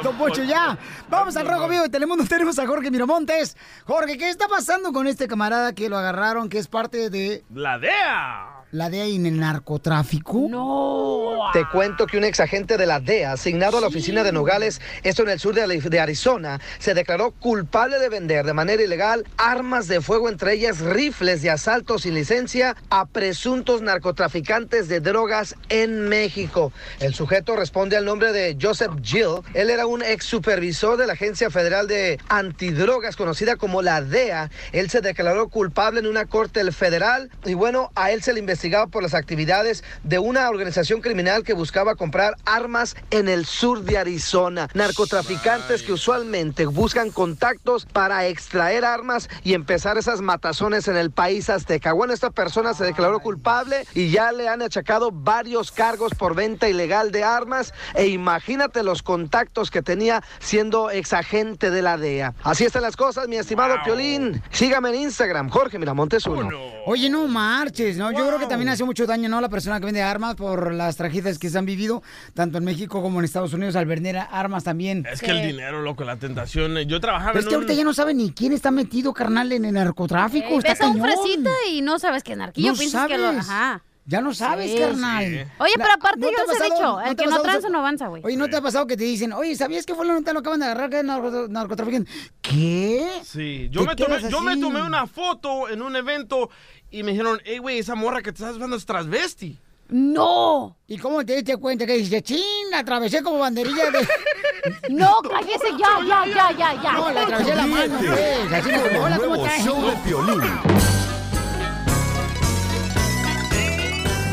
Speaker 2: Don Pocho, ya. Vamos al Rojo Vivo de Telemundo. Tenemos a Jorge Miramontes. Jorge, ¿qué está pasando con este camarada que lo agarraron, que es parte de
Speaker 13: La DEA.
Speaker 2: la DEA y en el narcotráfico?
Speaker 6: No.
Speaker 4: Te cuento que un ex agente de la DEA asignado a la oficina de Nogales, esto en el sur de, Ali- de Arizona, se declaró culpable de vender de manera ilegal armas de fuego, entre ellas rifles de asalto sin licencia, a presuntos narcotraficantes de drogas en México. El sujeto responde al nombre de Joseph Gill. Él era un ex supervisor de la Agencia Federal de Antidrogas, conocida como la DEA. Él se declaró culpable en una corte federal y bueno, a él se le investigaba por las actividades de una organización criminal que buscaba comprar armas en el sur de Arizona. Narcotraficantes que usualmente buscan contactos para extraer armas y empezar esas matazones en el país azteca. Bueno, esta persona se declaró culpable y ya le han achacado varios cargos por venta ilegal de armas e imagínate los contactos que tenía siendo exagente de la DEA. Así están las cosas, mi estimado Piolín. Sígame en Instagram, Jorge Miramontes uno.
Speaker 2: Oye, no marches, ¿no? Yo creo que también hace mucho daño, ¿no? La persona que vende armas por las tragedias que se han vivido, tanto en México como en Estados Unidos, al vender armas también.
Speaker 13: Es que el dinero, loco, la tentación. eh, Yo trabajaba
Speaker 2: Pero es
Speaker 13: en
Speaker 2: que
Speaker 13: un-
Speaker 2: ahorita ya no sabe ni quién está metido, carnal, en el narcotráfico.
Speaker 6: Ey,
Speaker 2: está
Speaker 6: Eh, ves a un
Speaker 2: cañón.
Speaker 6: fresita y no sabes que es narquillo.
Speaker 2: No
Speaker 6: piensas que lo.
Speaker 2: sabes.
Speaker 6: Ajá.
Speaker 2: Ya no sabes,
Speaker 6: Sí.
Speaker 2: carnal.
Speaker 6: Sí. Oye, pero
Speaker 2: Na-
Speaker 6: aparte
Speaker 2: ¿no
Speaker 6: yo
Speaker 2: te ha
Speaker 6: les he
Speaker 2: pasado-
Speaker 6: dicho, el
Speaker 2: te ha
Speaker 6: que no
Speaker 2: pasado-
Speaker 6: tranza no avanza, güey.
Speaker 2: Oye, ¿no te ha pasado que te dicen, oye, ¿sabías que fulano te lo acaban de agarrar que es narco- narcotraficante? ¿Qué?
Speaker 13: Sí, Yo me, tomé, yo me tomé una foto en un evento y me dijeron, hey, güey, esa morra que te estás usando es transvesti.
Speaker 6: ¡No!
Speaker 2: ¿Y cómo te diste cuenta que dices, ching, la atravesé como banderilla de...
Speaker 6: No, cállese ya, ya, ya, ya, ya.
Speaker 2: No, la atravesé la mano, pues. Así como,
Speaker 5: Con el
Speaker 2: hola, ¿cómo
Speaker 5: nuevo
Speaker 2: estás?
Speaker 5: show de Piolín.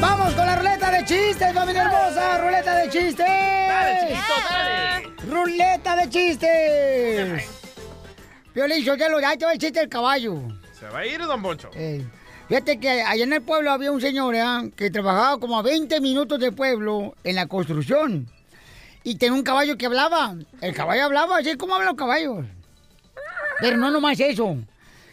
Speaker 2: Vamos con la ruleta de chistes, familia hermosa, ruleta de chistes. Dale,
Speaker 13: chiquito, dale.
Speaker 2: Ruleta de chistes. Violín, yo te lo ya te va el chiste del caballo.
Speaker 13: Se va a ir, don Poncho.
Speaker 2: Ey, Fíjate que allá en el pueblo había un señor ¿eh? que trabajaba como a 20 minutos de pueblo en la construcción. Y tenía un caballo que hablaba. El caballo hablaba, así como hablan los caballos. Pero no nomás eso.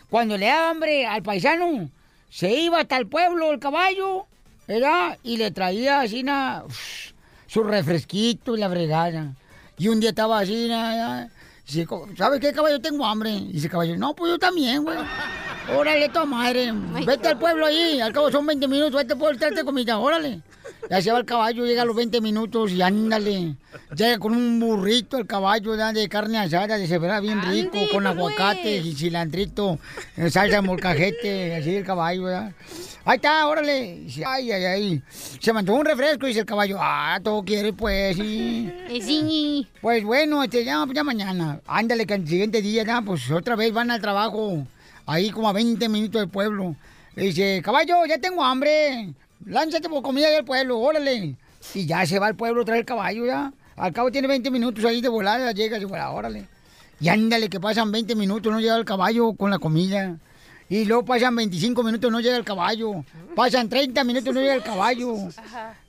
Speaker 2: Cuando le daba hambre al paisano, se iba hasta el pueblo el caballo, ¿verdad? Y le traía así na, uf, su refresquito y la fregada. Y un día estaba así, na, ya, y dice, "Co- ¿sabes qué caballo? Tengo hambre. Y dice el caballo, no, pues yo también, güey. Órale, tu madre. Vete al pueblo ahí. Al cabo son 20 minutos. Vete al pueblo, tráete comida. Órale. Ya se va el caballo, llega a los 20 minutos y ándale. Llega con un burrito el caballo ya de carne asada, de severa bien rico, con aguacate y cilantrito, eh, salsa de molcajete, así el caballo, ¿verdad? Ahí está, órale. Y dice, Ay, ay, ay. Se mantuvo un refresco, dice el caballo. Ah, todo quiere, pues, sí. Pues bueno, este, ya, ya mañana. Ándale, que al siguiente día, ya, pues otra vez van al trabajo. Ahí como a 20 minutos del pueblo. Le dice, caballo, ya tengo hambre. Lánzate por comida del pueblo, órale. Y ya se va al pueblo, trae el caballo ya. Al cabo tiene 20 minutos ahí de volada, llega de volada, órale. Y ándale, que pasan 20 minutos, no llega el caballo con la comida. Y luego pasan 25 minutos, no llega el caballo. Pasan 30 minutos, no llega el caballo.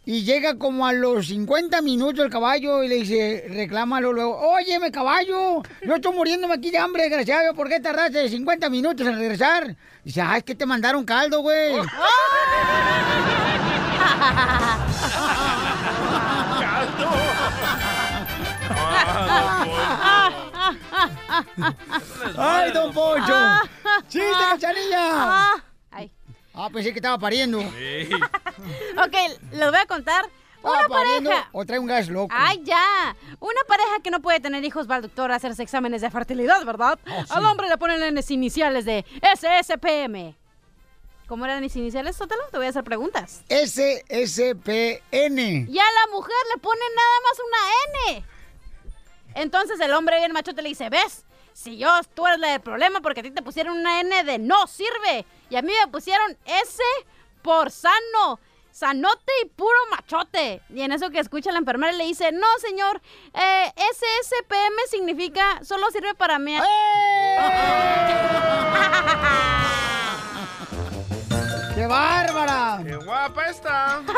Speaker 2: Y llega como a los 50 minutos el caballo y le dice, reclámalo luego, óyeme caballo, yo estoy muriéndome aquí de hambre, desgraciado, ¿por qué tardaste 50 minutos en regresar? Dice, ah, es que te mandaron caldo, güey. ¡Ay, don Poncho! ¡Chiste, cachanilla!
Speaker 6: Ay.
Speaker 2: Ah, pensé que estaba pariendo.
Speaker 6: Ok, les voy a contar. Una
Speaker 2: Estaba pariendo
Speaker 6: pareja.
Speaker 2: o trae un gas loco.
Speaker 6: ¡Ay, ya! Una pareja que no puede tener hijos va al doctor a hacerse exámenes de fertilidad, ¿verdad?
Speaker 2: Oh, sí.
Speaker 6: Al hombre le ponen las iniciales de SSPM. ¿Cómo eran mis iniciales, Sótelo? Te voy a hacer preguntas.
Speaker 2: SSPN.
Speaker 6: Y a la mujer le ponen nada más una N. Entonces el hombre bien machote le dice, ¿ves? Si yo, tú eres la del problema porque a ti te pusieron una N de no sirve. Y a mí me pusieron S por sano. Sanote y puro machote. Y en eso que escucha la enfermera le dice, no señor, eh, SSPM significa solo sirve para mí.
Speaker 2: ¡Qué bárbara!
Speaker 13: ¡Qué guapa esta!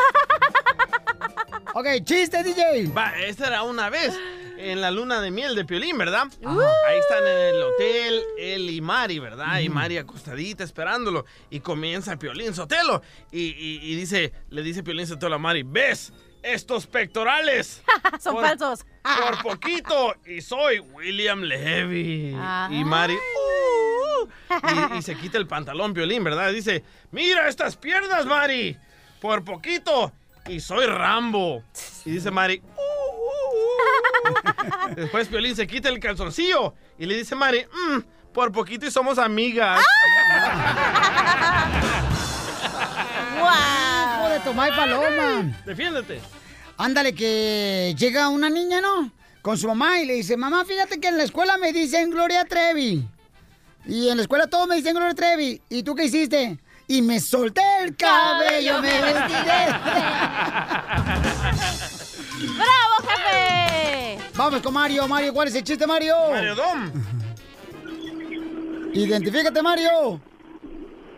Speaker 2: Ok, chiste, DJ.
Speaker 13: Va, esta era una vez en la luna de miel de Piolín, ¿verdad? Ahí están en el hotel él y Mari, ¿verdad? Y Mari acostadita esperándolo. Y comienza Piolín Sotelo. Y, y- y dice, le dice Piolín Sotelo a Mari, ¿ves? Estos pectorales.
Speaker 6: Son
Speaker 13: Por-
Speaker 6: falsos.
Speaker 13: Por poquito. Y soy William Levy.
Speaker 6: Ah.
Speaker 13: Y Mari... "Uh, uh". Y, y se quita el pantalón Piolín, ¿verdad? Dice, mira estas piernas, Mari. Por poquito. Y soy Rambo. Y dice Mari, "Uh, Después Piolín se quita el calzoncillo y le dice a Mari, "Mm, por poquito y somos amigas.
Speaker 2: ¡Wow! Hijo de Tomás Paloma.
Speaker 13: Defiéndete.
Speaker 2: Ándale, que llega una niña, ¿no? Con su mamá y le dice, mamá, fíjate que en la escuela me dicen Gloria Trevi. Y en la escuela todos me dicen Gloria Trevi. ¿Y tú qué hiciste? Y me solté el cabello, me vestí de...
Speaker 6: ¡Bravo, jefe!
Speaker 2: Vamos con Mario, Mario, ¿cuál es el chiste, Mario?
Speaker 13: Mario Dom.
Speaker 2: Identifícate, Mario.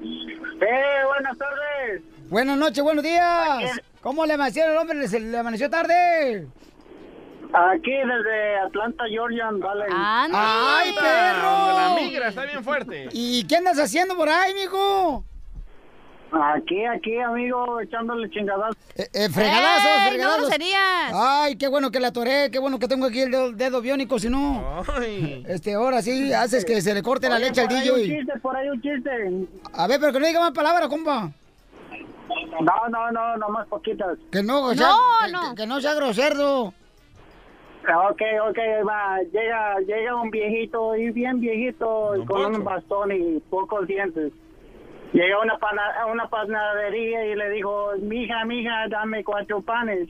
Speaker 22: Eh, buenas tardes.
Speaker 2: Buenas noches, buenos días. ¿Cómo le amaneció el hombre? ¿Se le amaneció tarde?
Speaker 22: Aquí desde Atlanta, Georgia, vale.
Speaker 2: ¡Ay, perro!
Speaker 13: La migra está bien fuerte.
Speaker 2: ¿Y qué andas haciendo por ahí, mijo?
Speaker 22: Aquí, aquí, amigo, echándole chingadas.
Speaker 2: Eh, eh, fregadazos,
Speaker 22: ¡Ey, no
Speaker 2: fregadazos.
Speaker 22: groserías!
Speaker 2: Ay, qué bueno que la toré, qué bueno que tengo aquí el dedo, dedo biónico, si no. Este, ahora sí haces que se le corte la
Speaker 22: Oye,
Speaker 2: leche al
Speaker 22: por ahí
Speaker 2: DJ.
Speaker 22: un chiste, por ahí un chiste.
Speaker 2: A ver, pero que no diga más palabras, compa.
Speaker 22: No, no, no, nomás poquitas.
Speaker 2: Que no, o sea, que, que- que no sea grosero.
Speaker 22: Ah, Ok, ok, ahí va. Llega, llega un viejito, y bien viejito, y con un bastón y pocos dientes. Llega a una, pana- a una panadería y le dijo, mija, mija, dame cuatro panes.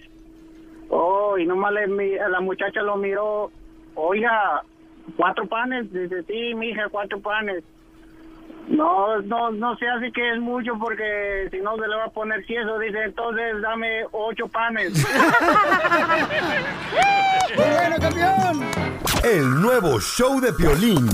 Speaker 22: Oh, y nomás le mi- la muchacha lo miró, oiga, cuatro panes. Dice, sí, mija, cuatro panes. No, no, no se hace que es mucho porque si no se le va a poner queso. Dice, entonces dame ocho panes.
Speaker 2: bueno, campeón!
Speaker 5: El nuevo show de Piolín.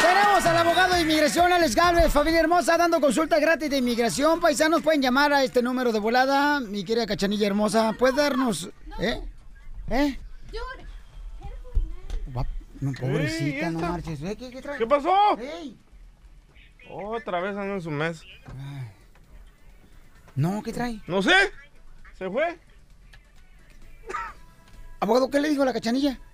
Speaker 2: Tenemos al abogado de inmigración, Alex Galvez, familia hermosa, dando consulta gratis de inmigración. Paisanos, pueden llamar a este número de volada, mi querida cachanilla hermosa. ¿Puedes darnos...? ¿Eh? ¿Eh? Va- No, pobrecita, no
Speaker 13: esta.
Speaker 2: marches. Ve, ¿Qué, qué trae?
Speaker 13: ¿Qué pasó?
Speaker 2: Ey.
Speaker 13: Otra vez ando en su mes.
Speaker 2: No, ¿qué trae?
Speaker 13: No sé. ¿Se fue?
Speaker 2: Abogado, ¿qué le dijo la cachanilla?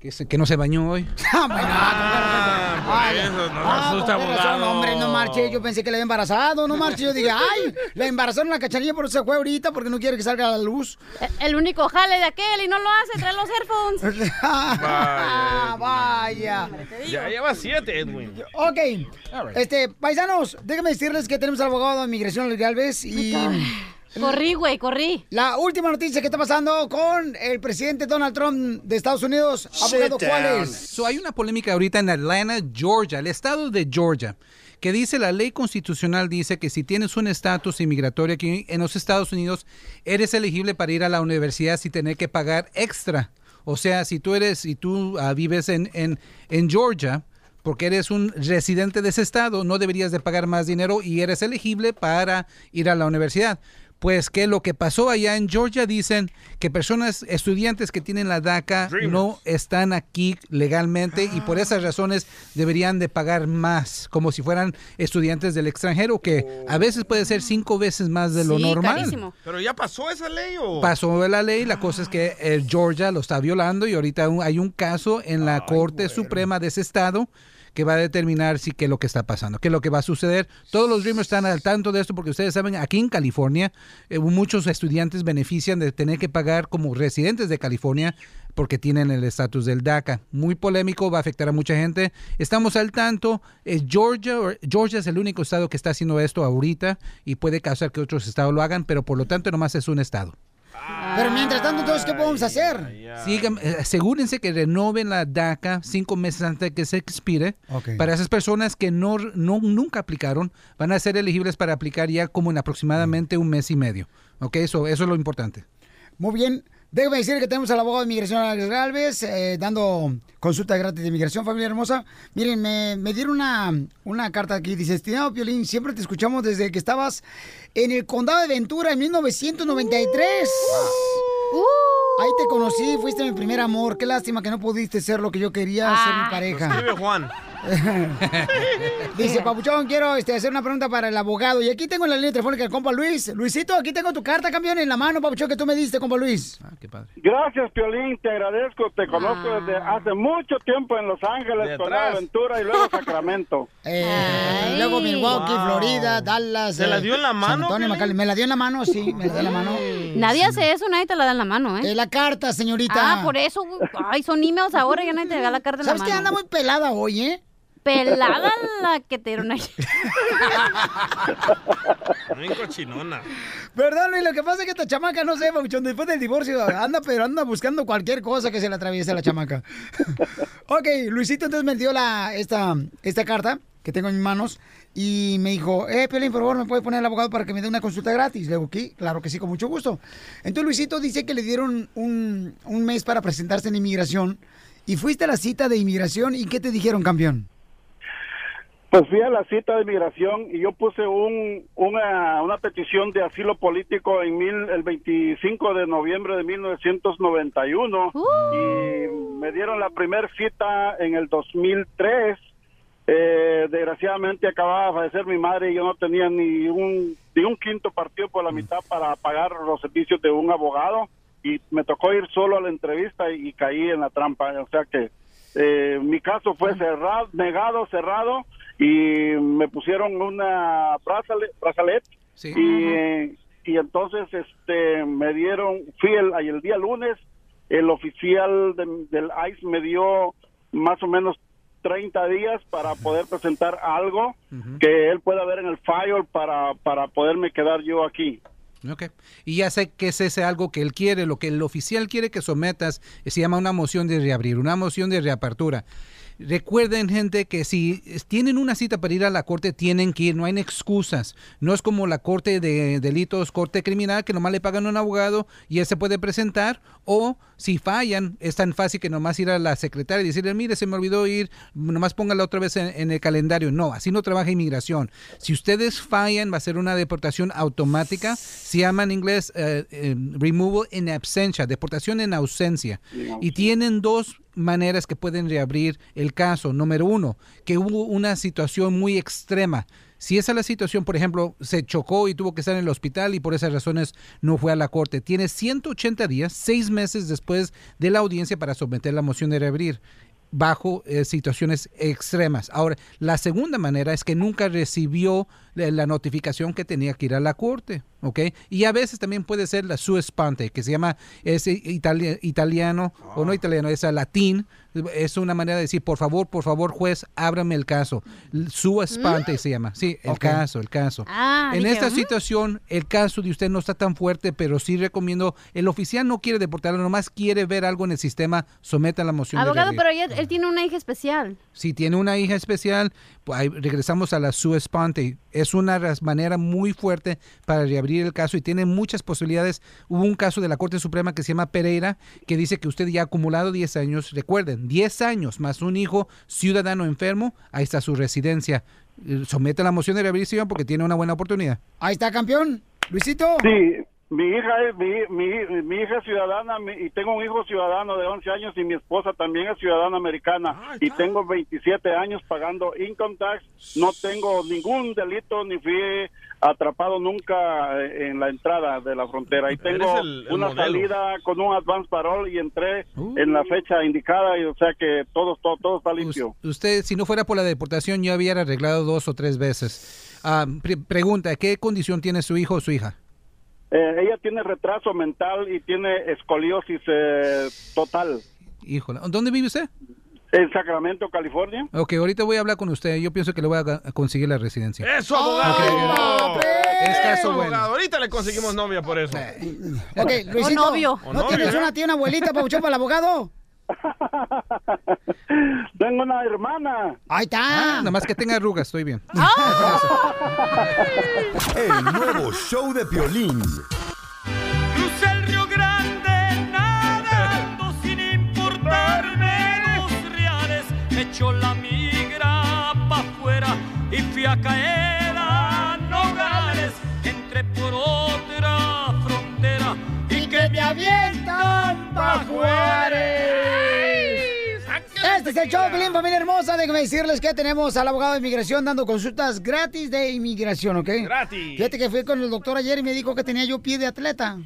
Speaker 23: Que, se- que no se bañó hoy.
Speaker 13: Ah, por eso, no se asusta,
Speaker 2: Con razón,
Speaker 13: abogado.
Speaker 2: hombre, no marche. Yo pensé que la había embarazado, no marche. Yo dije, ay, la embarazaron la cachanilla, por eso se fue ahorita, porque no quiere que salga a la luz.
Speaker 6: El único jale de aquel y no lo hace, trae los earphones.
Speaker 2: ah, vaya.
Speaker 13: Ya lleva siete, Edwin.
Speaker 2: Ok, este, paisanos, déjenme decirles que tenemos al abogado de inmigración, Luis Galvez, y...
Speaker 6: Corrí, güey, corrí.
Speaker 2: La última noticia que está pasando con el presidente Donald Trump de Estados Unidos. Abogado, Ah, ¿cuál es?
Speaker 23: So, hay una polémica ahorita en Atlanta, Georgia, el estado de Georgia, que dice la ley constitucional dice que si tienes un estatus inmigratorio aquí en los Estados Unidos, eres elegible para ir a la universidad sin tener que pagar extra. O sea, si tú eres, si tú ah, vives en, en, en Georgia, porque eres un residente de ese estado, no deberías de pagar más dinero y eres elegible para ir a la universidad. Pues que lo que pasó allá en Georgia dicen que personas, estudiantes que tienen la DACA no están aquí legalmente y por esas razones deberían de pagar más, como si fueran estudiantes del extranjero, que a veces puede ser cinco veces más de lo
Speaker 13: Sí,
Speaker 23: normal.
Speaker 13: carísimo. Pero ya pasó esa ley o.
Speaker 23: Pasó la ley, la cosa es que eh, Georgia lo está violando y ahorita un- hay un caso en la Corte Suprema de ese estado que va a determinar si qué es lo que está pasando, qué es lo que va a suceder. Todos los Dreamers están al tanto de esto porque ustedes saben, aquí en California eh, muchos estudiantes benefician de tener que pagar como residentes de California porque tienen el estatus del DACA. Muy polémico, va a afectar a mucha gente. Estamos al tanto. eh, Georgia, Georgia es el único estado que está haciendo esto ahorita y puede causar que otros estados lo hagan, pero por lo tanto nomás es un estado.
Speaker 2: Pero mientras tanto, entonces, ¿qué podemos hacer?
Speaker 23: Sigan, eh, asegúrense que renoven la DACA cinco meses antes de que se expire.
Speaker 2: Ok.
Speaker 23: Para esas personas que no, no nunca aplicaron, van a ser elegibles para aplicar ya como en aproximadamente un mes y medio. Ok, eso, eso es lo importante.
Speaker 2: Muy bien. Déjame decir que tenemos al abogado de inmigración Alex Galvez eh, dando consulta gratis de inmigración, familia hermosa. Miren, me, me dieron una, una carta aquí. Dice, estimado Piolín, siempre te escuchamos desde que estabas en el condado de Ventura en 1993. ¡Uh! Ahí te conocí, fuiste mi primer amor. Qué lástima que no pudiste ser lo que yo quería ser mi
Speaker 13: Lo
Speaker 2: pareja.
Speaker 13: escribe Juan.
Speaker 2: Dice, Papuchón, quiero este, hacer una pregunta para el abogado. Y aquí tengo en la línea telefónica el compa Luis. Luisito, aquí tengo tu carta, campeón, en la mano, Papuchón, que tú me diste, compa Luis.
Speaker 1: Gracias, Piolín, te agradezco, te conozco desde hace mucho tiempo en Los Ángeles, con la
Speaker 2: atrás.
Speaker 1: aventura y luego Sacramento.
Speaker 2: Eh, luego Milwaukee,
Speaker 1: Wow.
Speaker 2: Florida, Dallas.
Speaker 1: ¿Te la
Speaker 2: eh,
Speaker 1: dio en la
Speaker 2: San
Speaker 1: mano,
Speaker 2: Antonio,
Speaker 1: Piolín?
Speaker 2: McAllen. Me la dio en la mano, sí, me la dio en la mano.
Speaker 6: Nadie hace eso, nadie te la da en la mano, ¿eh?
Speaker 2: Es la carta, señorita.
Speaker 6: Ah, por eso. güey. Ay, son emails ahora, ya nadie te da la carta en la mano.
Speaker 2: ¿Sabes qué? Anda muy pelada hoy, ¿eh?
Speaker 6: Pelada la que te dieron ayer.
Speaker 13: No en cochinona.
Speaker 2: Perdón, Luis, lo que pasa es que esta chamaca, no sé, Papuchón, después del divorcio anda, pero anda buscando cualquier cosa que se le atraviese a la chamaca. ok, Luisito entonces me dio la, esta, esta carta que tengo en mis manos y me dijo, eh, Pelín, por favor, ¿me puede poner el abogado para que me dé una consulta gratis? Le digo, "Sí, claro que sí, con mucho gusto. Entonces Luisito dice que le dieron un, un mes para presentarse en inmigración y fuiste a la cita de inmigración y ¿qué te dijeron, campeón?
Speaker 1: Pues fui a la cita de migración y yo puse un, una, una petición de asilo político en mil, el 25 de noviembre de 1991 y me dieron la primera cita en el 2003. Eh, desgraciadamente acababa de fallecer mi madre y yo no tenía ni un, ni un quinto partido por la mitad para pagar los servicios de un abogado y me tocó ir solo a la entrevista y, y caí en la trampa. O sea que eh, mi caso fue cerrado, negado, cerrado y me pusieron una brazale- brazalet
Speaker 23: Sí.
Speaker 1: y, y entonces este me dieron, fui el, ahí el día lunes, el oficial de- del ICE me dio más o menos 30 días para poder presentar algo que él pueda ver en el file para, para poderme quedar yo aquí.
Speaker 23: Ok. Y ya sé que es ese algo que él quiere, lo que el oficial quiere que sometas, eh, se llama una moción de reabrir, una moción de reapertura. Recuerden, gente, que si es- tienen una cita para ir a la corte, tienen que ir, no hay excusas. No es como la corte de delitos, corte criminal, que nomás le pagan a un abogado y él se puede presentar. O si fallan, es tan fácil que nomás ir a la secretaria y decirle, mire, se me olvidó ir, nomás póngala otra vez en, en el calendario. No, así no trabaja inmigración. Si ustedes fallan, va a ser una deportación automática. Se llama en inglés eh, eh, removal in absentia, deportación en ausencia. Y tienen dos maneras que pueden reabrir el caso. Número uno, que hubo una situación muy extrema. Si esa es la situación, por ejemplo, se chocó y tuvo que estar en el hospital y por esas razones no fue a la corte, tiene 180 días, seis meses después de la audiencia para someter la moción de reabrir bajo eh, situaciones extremas. Ahora, la segunda manera es que nunca recibió eh, la, la notificación que tenía que ir a la corte, ¿ok? Y a veces también puede ser la sua sponte, que se llama, es eh, itali- italiano, o no italiano, es a latín, es una manera de decir, por favor, por favor, juez, ábrame el caso. L- Sua sponte se llama, sí, el Ok. caso, el caso.
Speaker 6: Mm. Ah,
Speaker 23: en
Speaker 6: dije,
Speaker 23: esta
Speaker 6: "Mm".
Speaker 23: situación, el caso de usted no está tan fuerte, pero sí recomiendo, el oficial no quiere deportarlo, nomás quiere ver algo en el sistema, someta la moción. de
Speaker 6: Abogado,
Speaker 23: reabrir.
Speaker 6: pero ella- él tiene una hija especial.
Speaker 23: Si tiene una hija especial, pues ahí regresamos a la sua sponte. es una ras- manera muy fuerte para reabrir el caso y tiene muchas posibilidades. Hubo un caso de la Corte Suprema que se llama Pereira, que dice que usted ya ha acumulado 10 años, recuerden, 10 años más un hijo ciudadano enfermo, ahí está su residencia. Eh, Somete la moción de reabilitación porque tiene una buena oportunidad.
Speaker 2: Ahí está, campeón. Luisito.
Speaker 1: Sí, mi hija es mi, mi, mi hija es ciudadana mi- y tengo un hijo ciudadano de 11 años y mi esposa también es ciudadana americana
Speaker 13: Ah,
Speaker 1: y tengo 27 años pagando income tax. No tengo ningún delito ni fui atrapado nunca eh, en la entrada de la frontera y tengo
Speaker 13: el- el
Speaker 1: una
Speaker 13: modelo. Uh.
Speaker 1: salida con un advance parole y entré en la fecha indicada y o sea que todo todo, todo está limpio.
Speaker 23: Usted, si no fuera por la deportación, yo había arreglado dos o tres veces. Ah, pre- pregunta, ¿qué condición tiene su hijo o su hija?
Speaker 1: Eh, ella tiene retraso mental y tiene escoliosis eh, total.
Speaker 23: Híjole, ¿dónde vive usted?
Speaker 1: En Sacramento, California.
Speaker 23: Ok, ahorita voy a hablar con usted. Yo pienso que le voy a ga- a conseguir la residencia.
Speaker 1: Eh,
Speaker 13: ¡Eso, abogado!
Speaker 23: Es caso bueno.
Speaker 13: abogado. Ahorita le conseguimos novia por eso.
Speaker 2: Ok, Luisito.
Speaker 13: novio. O
Speaker 2: Eh, ¿No
Speaker 13: novio,
Speaker 2: tienes
Speaker 13: ¿eh?
Speaker 2: una tía, una abuelita, papuchón, para el abogado?
Speaker 1: Tengo una hermana.
Speaker 2: Ahí está.
Speaker 23: Ah, Nada más que tenga arrugas, estoy bien.
Speaker 5: El nuevo show de Piolín.
Speaker 3: Crucé el Río Grande nadando sin importarme los reales. Me echó la migra pa' afuera y fui a caer a Nogales. Entré por otra frontera y que me avientan pa' Juárez.
Speaker 2: Este es el show, Pelín, familia hermosa. Déjenme decirles que tenemos al abogado de inmigración dando consultas gratis de inmigración, ¿ok?
Speaker 13: Gratis.
Speaker 2: Fíjate que fui con el doctor ayer y me dijo que tenía yo pie de atleta.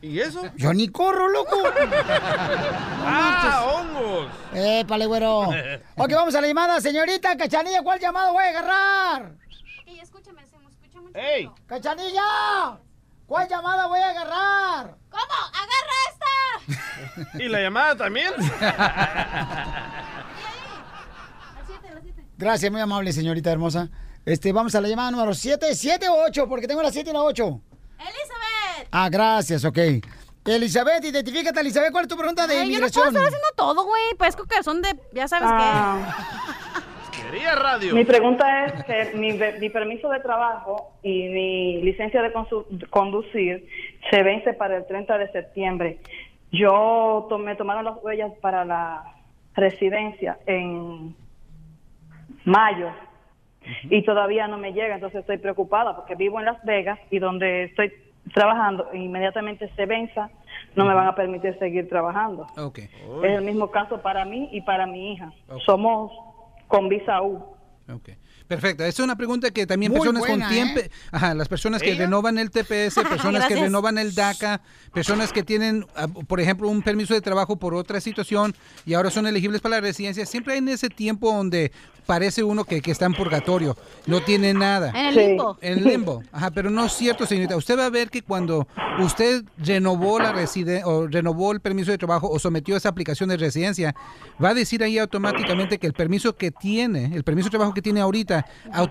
Speaker 13: ¿Y eso?
Speaker 2: Yo ni corro, loco.
Speaker 13: ¡Ah, hongos!
Speaker 2: Eh, pale, güero. Ok, vamos a la llamada, señorita Cachanilla. ¿Cuál llamado voy a agarrar?
Speaker 13: ¡Ey!
Speaker 2: ¡Cachanilla! ¿Cuál llamada voy a agarrar?
Speaker 6: ¿Cómo? ¡Agarra esta!
Speaker 13: ¿Y la llamada también?
Speaker 2: Gracias, muy amable, señorita hermosa. Este, vamos a la llamada número 778, porque tengo la 7 y la 8.
Speaker 6: ¡Elizabeth!
Speaker 2: Ah, gracias, ok. Elizabeth, identifícate, Elizabeth, ¿cuál es tu pregunta de
Speaker 6: Ay, yo no puedo
Speaker 2: inmigración?
Speaker 6: estar haciendo todo, güey. Parezco calzón de... Ya sabes
Speaker 13: Quería radio.
Speaker 7: Ah. Mi pregunta es que mi, ve- mi permiso de trabajo y mi licencia de consu- conducir se vence para el 30 de septiembre. Yo to- me tomaron las huellas para la residencia en mayo y todavía no me llega, entonces estoy preocupada porque vivo en Las Vegas y donde estoy trabajando e inmediatamente se venza, no me van a permitir seguir trabajando.
Speaker 23: Ok.
Speaker 7: Es el mismo caso para mí y para mi hija. Somos con visa U.
Speaker 23: Perfecto. Esa es una pregunta que también
Speaker 7: Muy
Speaker 23: personas
Speaker 7: buena, ¿eh?
Speaker 23: con tiempo, ajá, las personas que
Speaker 7: ¿Ella?
Speaker 23: renovan el TPS, personas que
Speaker 7: Gracias.
Speaker 23: renovan el DACA, personas que tienen, ah, por ejemplo, un permiso de trabajo por otra situación y ahora son elegibles para la residencia, siempre hay en ese tiempo donde parece uno que, que está en purgatorio, no tiene nada.
Speaker 6: En el Sí. limbo.
Speaker 23: En limbo. Ajá, pero no es cierto, señorita. Usted va a ver que cuando usted renovó la residen- o renovó el permiso de trabajo o sometió esa aplicación de residencia, va a decir ahí automáticamente que el permiso que tiene, el permiso de trabajo que tiene ahorita,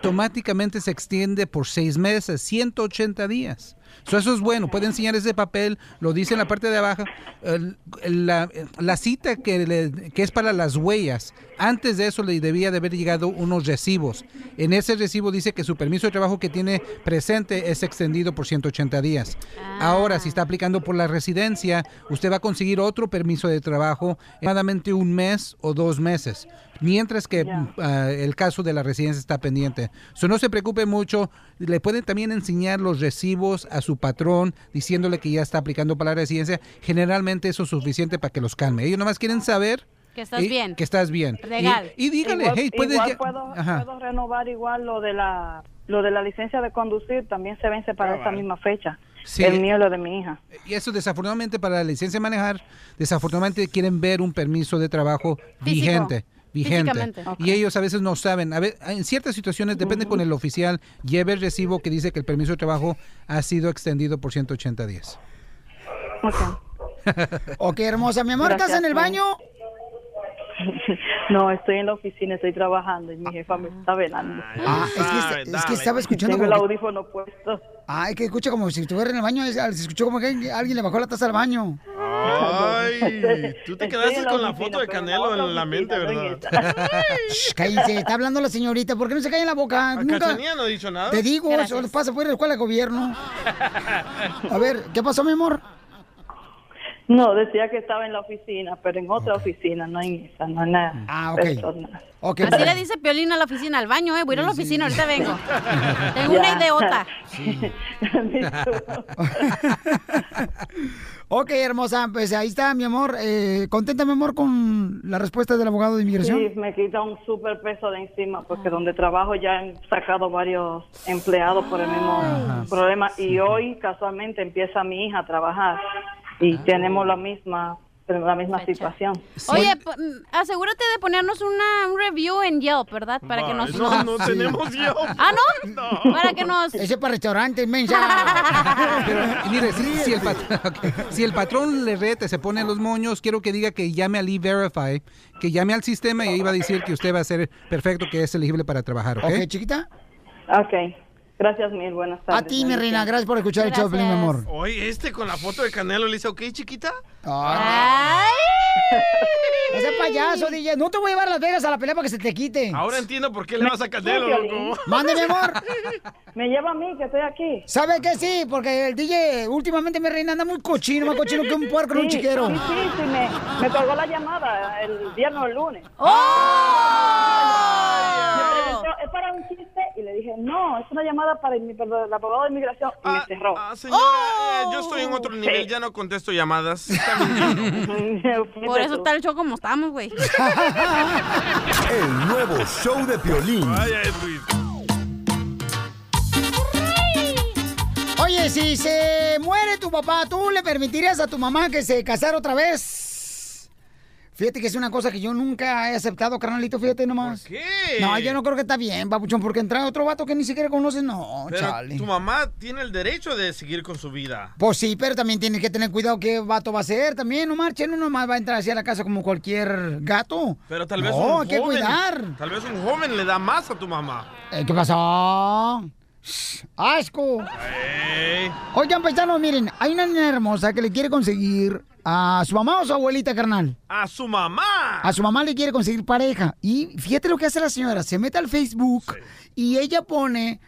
Speaker 23: automáticamente se extiende por seis meses, 180 días. So, eso es bueno, puede enseñar ese papel, lo dice en la parte de abajo. El- el- la, la cita que, le- que es para las huellas, antes de eso le debía de haber llegado unos recibos. En ese recibo dice que su permiso de trabajo que tiene presente es extendido por 180 días. Ahora, si está aplicando por la residencia, usted va a conseguir otro permiso de trabajo, aproximadamente un mes o dos meses mientras que ah, el caso de la residencia está pendiente. So, no se preocupe mucho, le pueden también enseñar los recibos a su patrón diciéndole que ya está aplicando para la residencia. Generalmente eso es suficiente para que los calme. Ellos nomás quieren saber
Speaker 6: Que estás
Speaker 23: y-
Speaker 6: bien.
Speaker 23: Que estás bien.
Speaker 6: Legal.
Speaker 23: Y, y dígale,
Speaker 7: Igual-
Speaker 23: hey, puedes
Speaker 7: igual
Speaker 23: ya-
Speaker 7: puedo,
Speaker 23: Ajá.
Speaker 7: puedo renovar igual lo de la lo de la licencia de conducir también se vence para esta misma fecha.
Speaker 23: Sí.
Speaker 7: El mío y lo de mi hija.
Speaker 23: Y eso desafortunadamente para la licencia de manejar, desafortunadamente quieren ver un permiso de trabajo
Speaker 7: Físico.
Speaker 23: vigente. Vigente.
Speaker 7: Físicamente.
Speaker 23: Y ellos a veces no saben. A ve- en ciertas situaciones, depende con el oficial, lleve el recibo que dice que el permiso de trabajo ha sido extendido por 180 días.
Speaker 2: Ok, Oh, hermosa. Mi amor, ¿estás
Speaker 7: Gracias,
Speaker 2: en el
Speaker 7: mami.
Speaker 2: baño?
Speaker 7: No, estoy en la oficina, estoy trabajando y mi jefa me está velando.
Speaker 2: Ah, es que, es que estaba escuchando
Speaker 7: Tengo el
Speaker 2: como que-
Speaker 7: audífono puesto.
Speaker 2: Ay, que escucha como si estuviera en el baño. es- Se escuchó como que alguien le bajó la taza al baño.
Speaker 13: Ay, tú te quedaste con la foto de Canelo en la mente, ¿verdad?
Speaker 2: Shh, cállense, está hablando la señorita. ¿Por qué no se cae en la boca?
Speaker 13: A
Speaker 2: Nunca.
Speaker 13: Cachanía no ha dicho nada.
Speaker 2: Te digo, eso pasa por la escuela de gobierno. A ver, ¿qué pasó, Ah, mi amor?
Speaker 7: No, decía que estaba en la oficina, pero en otra oficina, no en esa, no en la
Speaker 2: Ah,
Speaker 6: ok.
Speaker 7: personal.
Speaker 6: Así le dice Piolín a la oficina, al baño, eh. Voy a ir a la oficina, ahorita vengo. Tengo una
Speaker 2: Ya.
Speaker 6: idiota.
Speaker 2: Ok, hermosa, pues ahí está, mi amor. Eh, ¿Contenta, mi amor, con la respuesta del abogado de inmigración?
Speaker 7: Sí, me quita un súper peso de encima, porque donde trabajo ya han sacado varios empleados por el mismo problema. Y hoy, casualmente, empieza mi hija a trabajar y tenemos la misma la misma situación.
Speaker 6: Oye, po- mm, asegúrate de ponernos una, un review en Yelp, ¿verdad? Para que nos...
Speaker 2: No, no tenemos
Speaker 13: Yelp.
Speaker 6: ¿Ah, no? Para que nos...
Speaker 2: Ese es para restaurantes, mensa.
Speaker 23: Pero, mire, si, si el pat- ok, si el patrón le rete, se pone los moños, quiero que diga que llame al E-Verify, que llame al sistema y ahí va a decir que usted va a ser perfecto, que es elegible para trabajar, ¿ok?
Speaker 2: Ok, chiquita.
Speaker 7: Ok. Gracias mil, buenas tardes.
Speaker 2: A ti, mi reina, gracias por escuchar el show, de
Speaker 13: Gracias.
Speaker 2: Piolín, mi amor.
Speaker 13: Oye, este con la foto de Canelo le dice, ok, chiquita. Ah,
Speaker 2: Ay. Ese payaso, DJ, no te voy a llevar a Las Vegas a la pelea para que se te quite.
Speaker 13: Ahora entiendo por qué le vas a Canelo, loco.
Speaker 2: Mande, mi amor.
Speaker 7: Me lleva a mí, que estoy aquí.
Speaker 2: ¿Sabe qué? Sí, porque el DJ últimamente mi reina anda muy cochino, más cochino que un puerco en un
Speaker 7: Sí,
Speaker 2: chiquero.
Speaker 7: Sí, sí, sí, me, me colgó la llamada el viernes o el lunes. Me preguntó, ¿Es para un chiste? Y le dije, no, es una llamada para mi, para el abogado de inmigración. Y me cerró.
Speaker 13: señora, eh, yo estoy en otro nivel, ya no contesto llamadas.
Speaker 6: Por eso está el show como estamos, güey.
Speaker 5: El nuevo show de Piolín.
Speaker 2: Oye, si se muere tu papá, ¿tú le permitirías a tu mamá que se casara otra vez? Fíjate que es una cosa que yo nunca he aceptado, carnalito, fíjate nomás. ¿Por
Speaker 13: qué?
Speaker 2: No, yo no creo que está bien, papuchón, porque entrar otro vato que ni siquiera conoces, no,
Speaker 13: Pero
Speaker 2: chale.
Speaker 13: tu mamá tiene el derecho de seguir con su vida.
Speaker 2: Pues sí, pero también tienes que tener cuidado qué vato va a ser. También no marchen, uno más va a entrar hacia la casa como cualquier gato.
Speaker 13: Pero tal vez
Speaker 2: no,
Speaker 13: un
Speaker 2: hay que
Speaker 13: joven-
Speaker 2: cuidar.
Speaker 13: Tal vez un joven le da más a tu mamá.
Speaker 2: Eh, ¿Qué pasó? ¡Asco! Oigan, paisanos, miren, hay una niña hermosa que le quiere conseguir a su mamá o su abuelita, carnal.
Speaker 13: A su mamá.
Speaker 2: A su mamá le quiere conseguir pareja. Y fíjate lo que hace la señora. Se mete al Facebook y ella pone...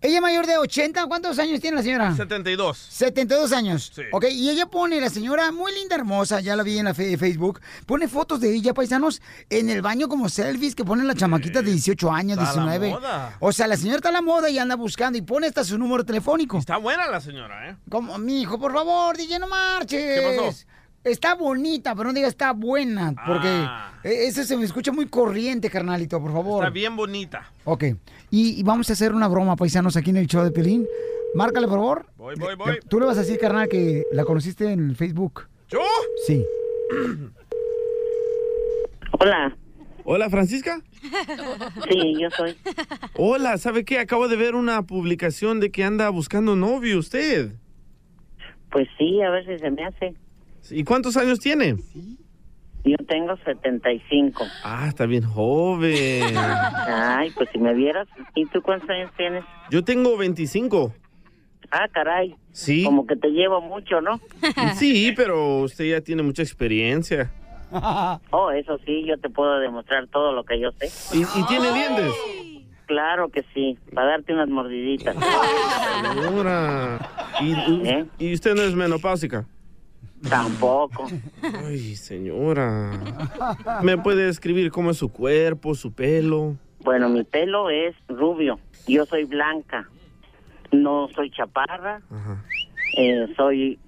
Speaker 2: Ella es mayor de 80. ¿Cuántos años tiene la señora?
Speaker 13: 72.
Speaker 2: 72 años.
Speaker 13: Sí.
Speaker 2: Ok, y ella pone, la señora muy linda, hermosa, ya la vi en la fe- Facebook, pone fotos de ella, paisanos, en el baño como selfies que ponen las chamaquitas de 18 años,
Speaker 13: Está a la
Speaker 2: 19.
Speaker 13: moda.
Speaker 2: O sea, la señora está a la moda y anda buscando y pone hasta su número telefónico.
Speaker 13: Está buena la señora, ¿eh?
Speaker 2: Como, mi hijo, por favor, DJ, no marches.
Speaker 13: ¿Qué pasó?
Speaker 2: Está bonita, pero no diga está buena, porque
Speaker 13: Ah.
Speaker 2: eh, eso se me escucha muy corriente, carnalito, por favor.
Speaker 13: Está bien bonita.
Speaker 2: Ok, y, y vamos a hacer una broma, paisanos, aquí en el show de Pelín. Márcale, por favor. Eh,
Speaker 13: Voy, voy, voy.
Speaker 2: Tú le vas a decir, carnal, que la conociste en el Facebook.
Speaker 13: ¿Yo?
Speaker 2: Sí.
Speaker 8: Hola.
Speaker 13: Hola, Francisca.
Speaker 8: Sí, yo soy.
Speaker 13: Hola, ¿sabe qué? Acabo de ver una publicación de que anda buscando novio usted.
Speaker 8: Pues sí, a ver si se me hace.
Speaker 13: ¿Y cuántos años tiene?
Speaker 8: Yo tengo 75.
Speaker 13: Ah, está bien joven.
Speaker 8: Ay, pues si me vieras. ¿Y tú cuántos años tienes?
Speaker 13: Yo tengo 25.
Speaker 8: Ah, caray.
Speaker 13: Sí.
Speaker 8: Como que te llevo mucho, ¿no?
Speaker 13: Sí, pero usted ya tiene mucha experiencia.
Speaker 8: Oh, eso sí, yo te puedo demostrar todo lo que yo sé.
Speaker 13: ¿Y, y tiene dientes?
Speaker 8: Claro que sí, para darte unas mordiditas.
Speaker 13: Señora. ¿Y, y- y usted no es menopáusica?
Speaker 8: ¿Eh? Tampoco.
Speaker 13: Ay, señora. ¿Me puede escribir cómo es su cuerpo, su pelo?
Speaker 8: Bueno, mi pelo es rubio. Yo soy blanca. No soy chaparra. Eh, soy,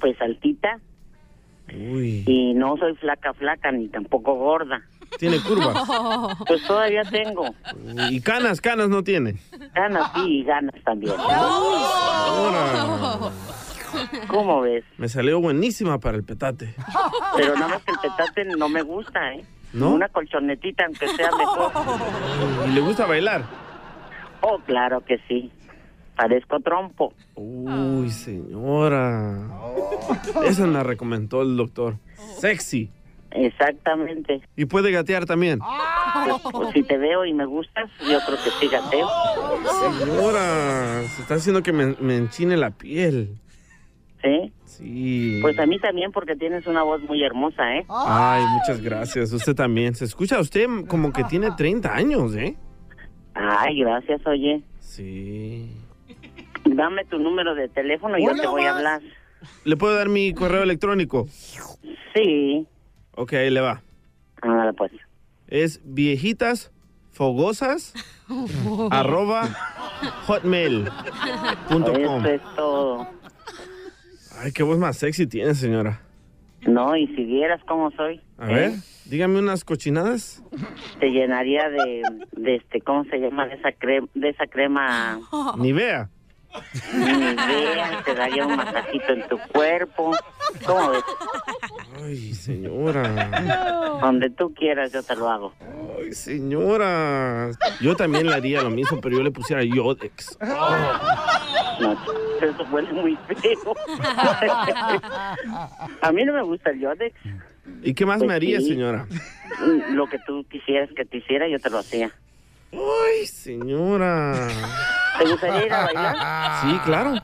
Speaker 8: pues, altita. Y no soy flaca, flaca, ni tampoco gorda.
Speaker 13: ¿Tiene curvas?
Speaker 8: Pues todavía tengo.
Speaker 13: ¿Y canas? ¿Canas no tiene?
Speaker 8: Ganas sí y ganas también.
Speaker 13: Ahora.
Speaker 8: ¿Cómo ves?
Speaker 13: Me salió buenísima para el petate.
Speaker 8: Pero nada más que el petate no me gusta, ¿eh?
Speaker 13: ¿No?
Speaker 8: Una colchonetita, aunque sea mejor.
Speaker 13: ¿Y le gusta bailar?
Speaker 8: Oh, claro que sí. Parezco trompo.
Speaker 13: Uy, señora. Esa la recomendó el doctor. Sexy.
Speaker 8: Exactamente.
Speaker 13: Y puede gatear también.
Speaker 8: Pues si te veo y me gustas, yo creo que sí gateo.
Speaker 13: Señora, se está haciendo que me, me enchine la piel.
Speaker 8: ¿Sí?
Speaker 13: Sí.
Speaker 8: Pues a mí también porque tienes una voz muy hermosa, ¿eh?
Speaker 13: Ay, muchas gracias. Usted también. Se escucha usted como que tiene 30 años, ¿eh?
Speaker 8: Ay, gracias, oye.
Speaker 13: Sí.
Speaker 8: Dame tu número de teléfono y yo te voy a hablar.
Speaker 13: ¿Le puedo dar mi correo electrónico?
Speaker 8: Sí.
Speaker 13: Ok, ahí le va.
Speaker 8: Ah, pues.
Speaker 13: Es viejitas fogosas arroba hotmail.com.
Speaker 8: Eso es todo.
Speaker 13: Ay, qué voz más sexy tiene, señora.
Speaker 8: No, y si vieras cómo soy,
Speaker 13: A ver, dígame unas cochinadas.
Speaker 8: te llenaría de, de este, ¿cómo se llama? De esa, crema de esa crema.
Speaker 13: Ni vea.
Speaker 8: Ni idea, te daría un masajito en tu cuerpo. ¿Cómo ves?
Speaker 13: Ay, señora.
Speaker 8: Donde tú quieras, yo te lo hago.
Speaker 13: Ay, señora. Yo también le haría lo mismo, pero yo le pusiera Yodex.
Speaker 8: No, eso huele muy feo. A mí no me gusta el yodex.
Speaker 13: ¿Y qué más
Speaker 8: Pues
Speaker 13: me haría,
Speaker 8: sí.
Speaker 13: señora?
Speaker 8: Lo que tú quisieras que te hiciera, yo te lo hacía.
Speaker 13: Ay, señora.
Speaker 8: ¿Te gustaría ir a bailar?
Speaker 13: Sí, claro.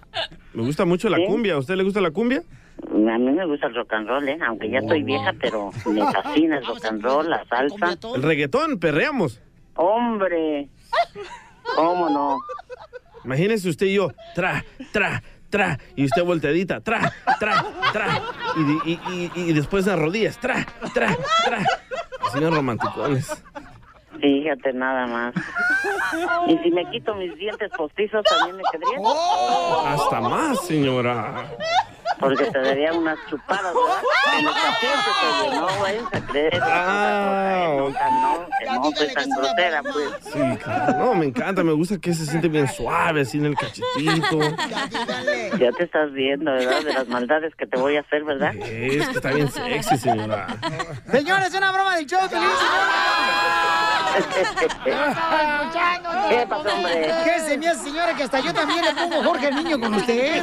Speaker 13: Me gusta mucho la
Speaker 8: ¿Sí?
Speaker 13: cumbia. ¿A usted le gusta la cumbia?
Speaker 8: A mí me gusta el rock and roll, ¿eh? aunque ya estoy vieja, pero me fascina el rock and roll, la salsa.
Speaker 13: El reggaetón, perreamos.
Speaker 8: Hombre, ¿cómo no?
Speaker 13: Imagínese usted y yo, tra, tra, tra, y usted volteadita, tra, tra, tra, y, de- y- y- y después las rodillas, tra, tra, tra. Así unos romanticones.
Speaker 8: Fíjate nada más. Y si me quito mis dientes postizos, también me quedaría.
Speaker 13: ¡Oh! Hasta más, señora.
Speaker 8: Porque te daría unas chupadas, ¿verdad? En los pacientes, oye, no vayas a creer. que
Speaker 13: Ah,
Speaker 8: no, que no, que no soy tan grosera, pues.
Speaker 13: Sí, claro. No, me encanta, me gusta que se siente bien suave, así en el cachetito.
Speaker 8: Ya te estás viendo, ¿verdad? De las maldades que te voy a hacer, ¿verdad?
Speaker 13: Es que está bien sexy, señora.
Speaker 2: Señores, una broma del show, feliz
Speaker 13: Ah.
Speaker 8: ¿Qué pasó, hombre?
Speaker 2: ¿Qué se me hace, señora, que hasta yo también le pongo Jorge el niño con usted?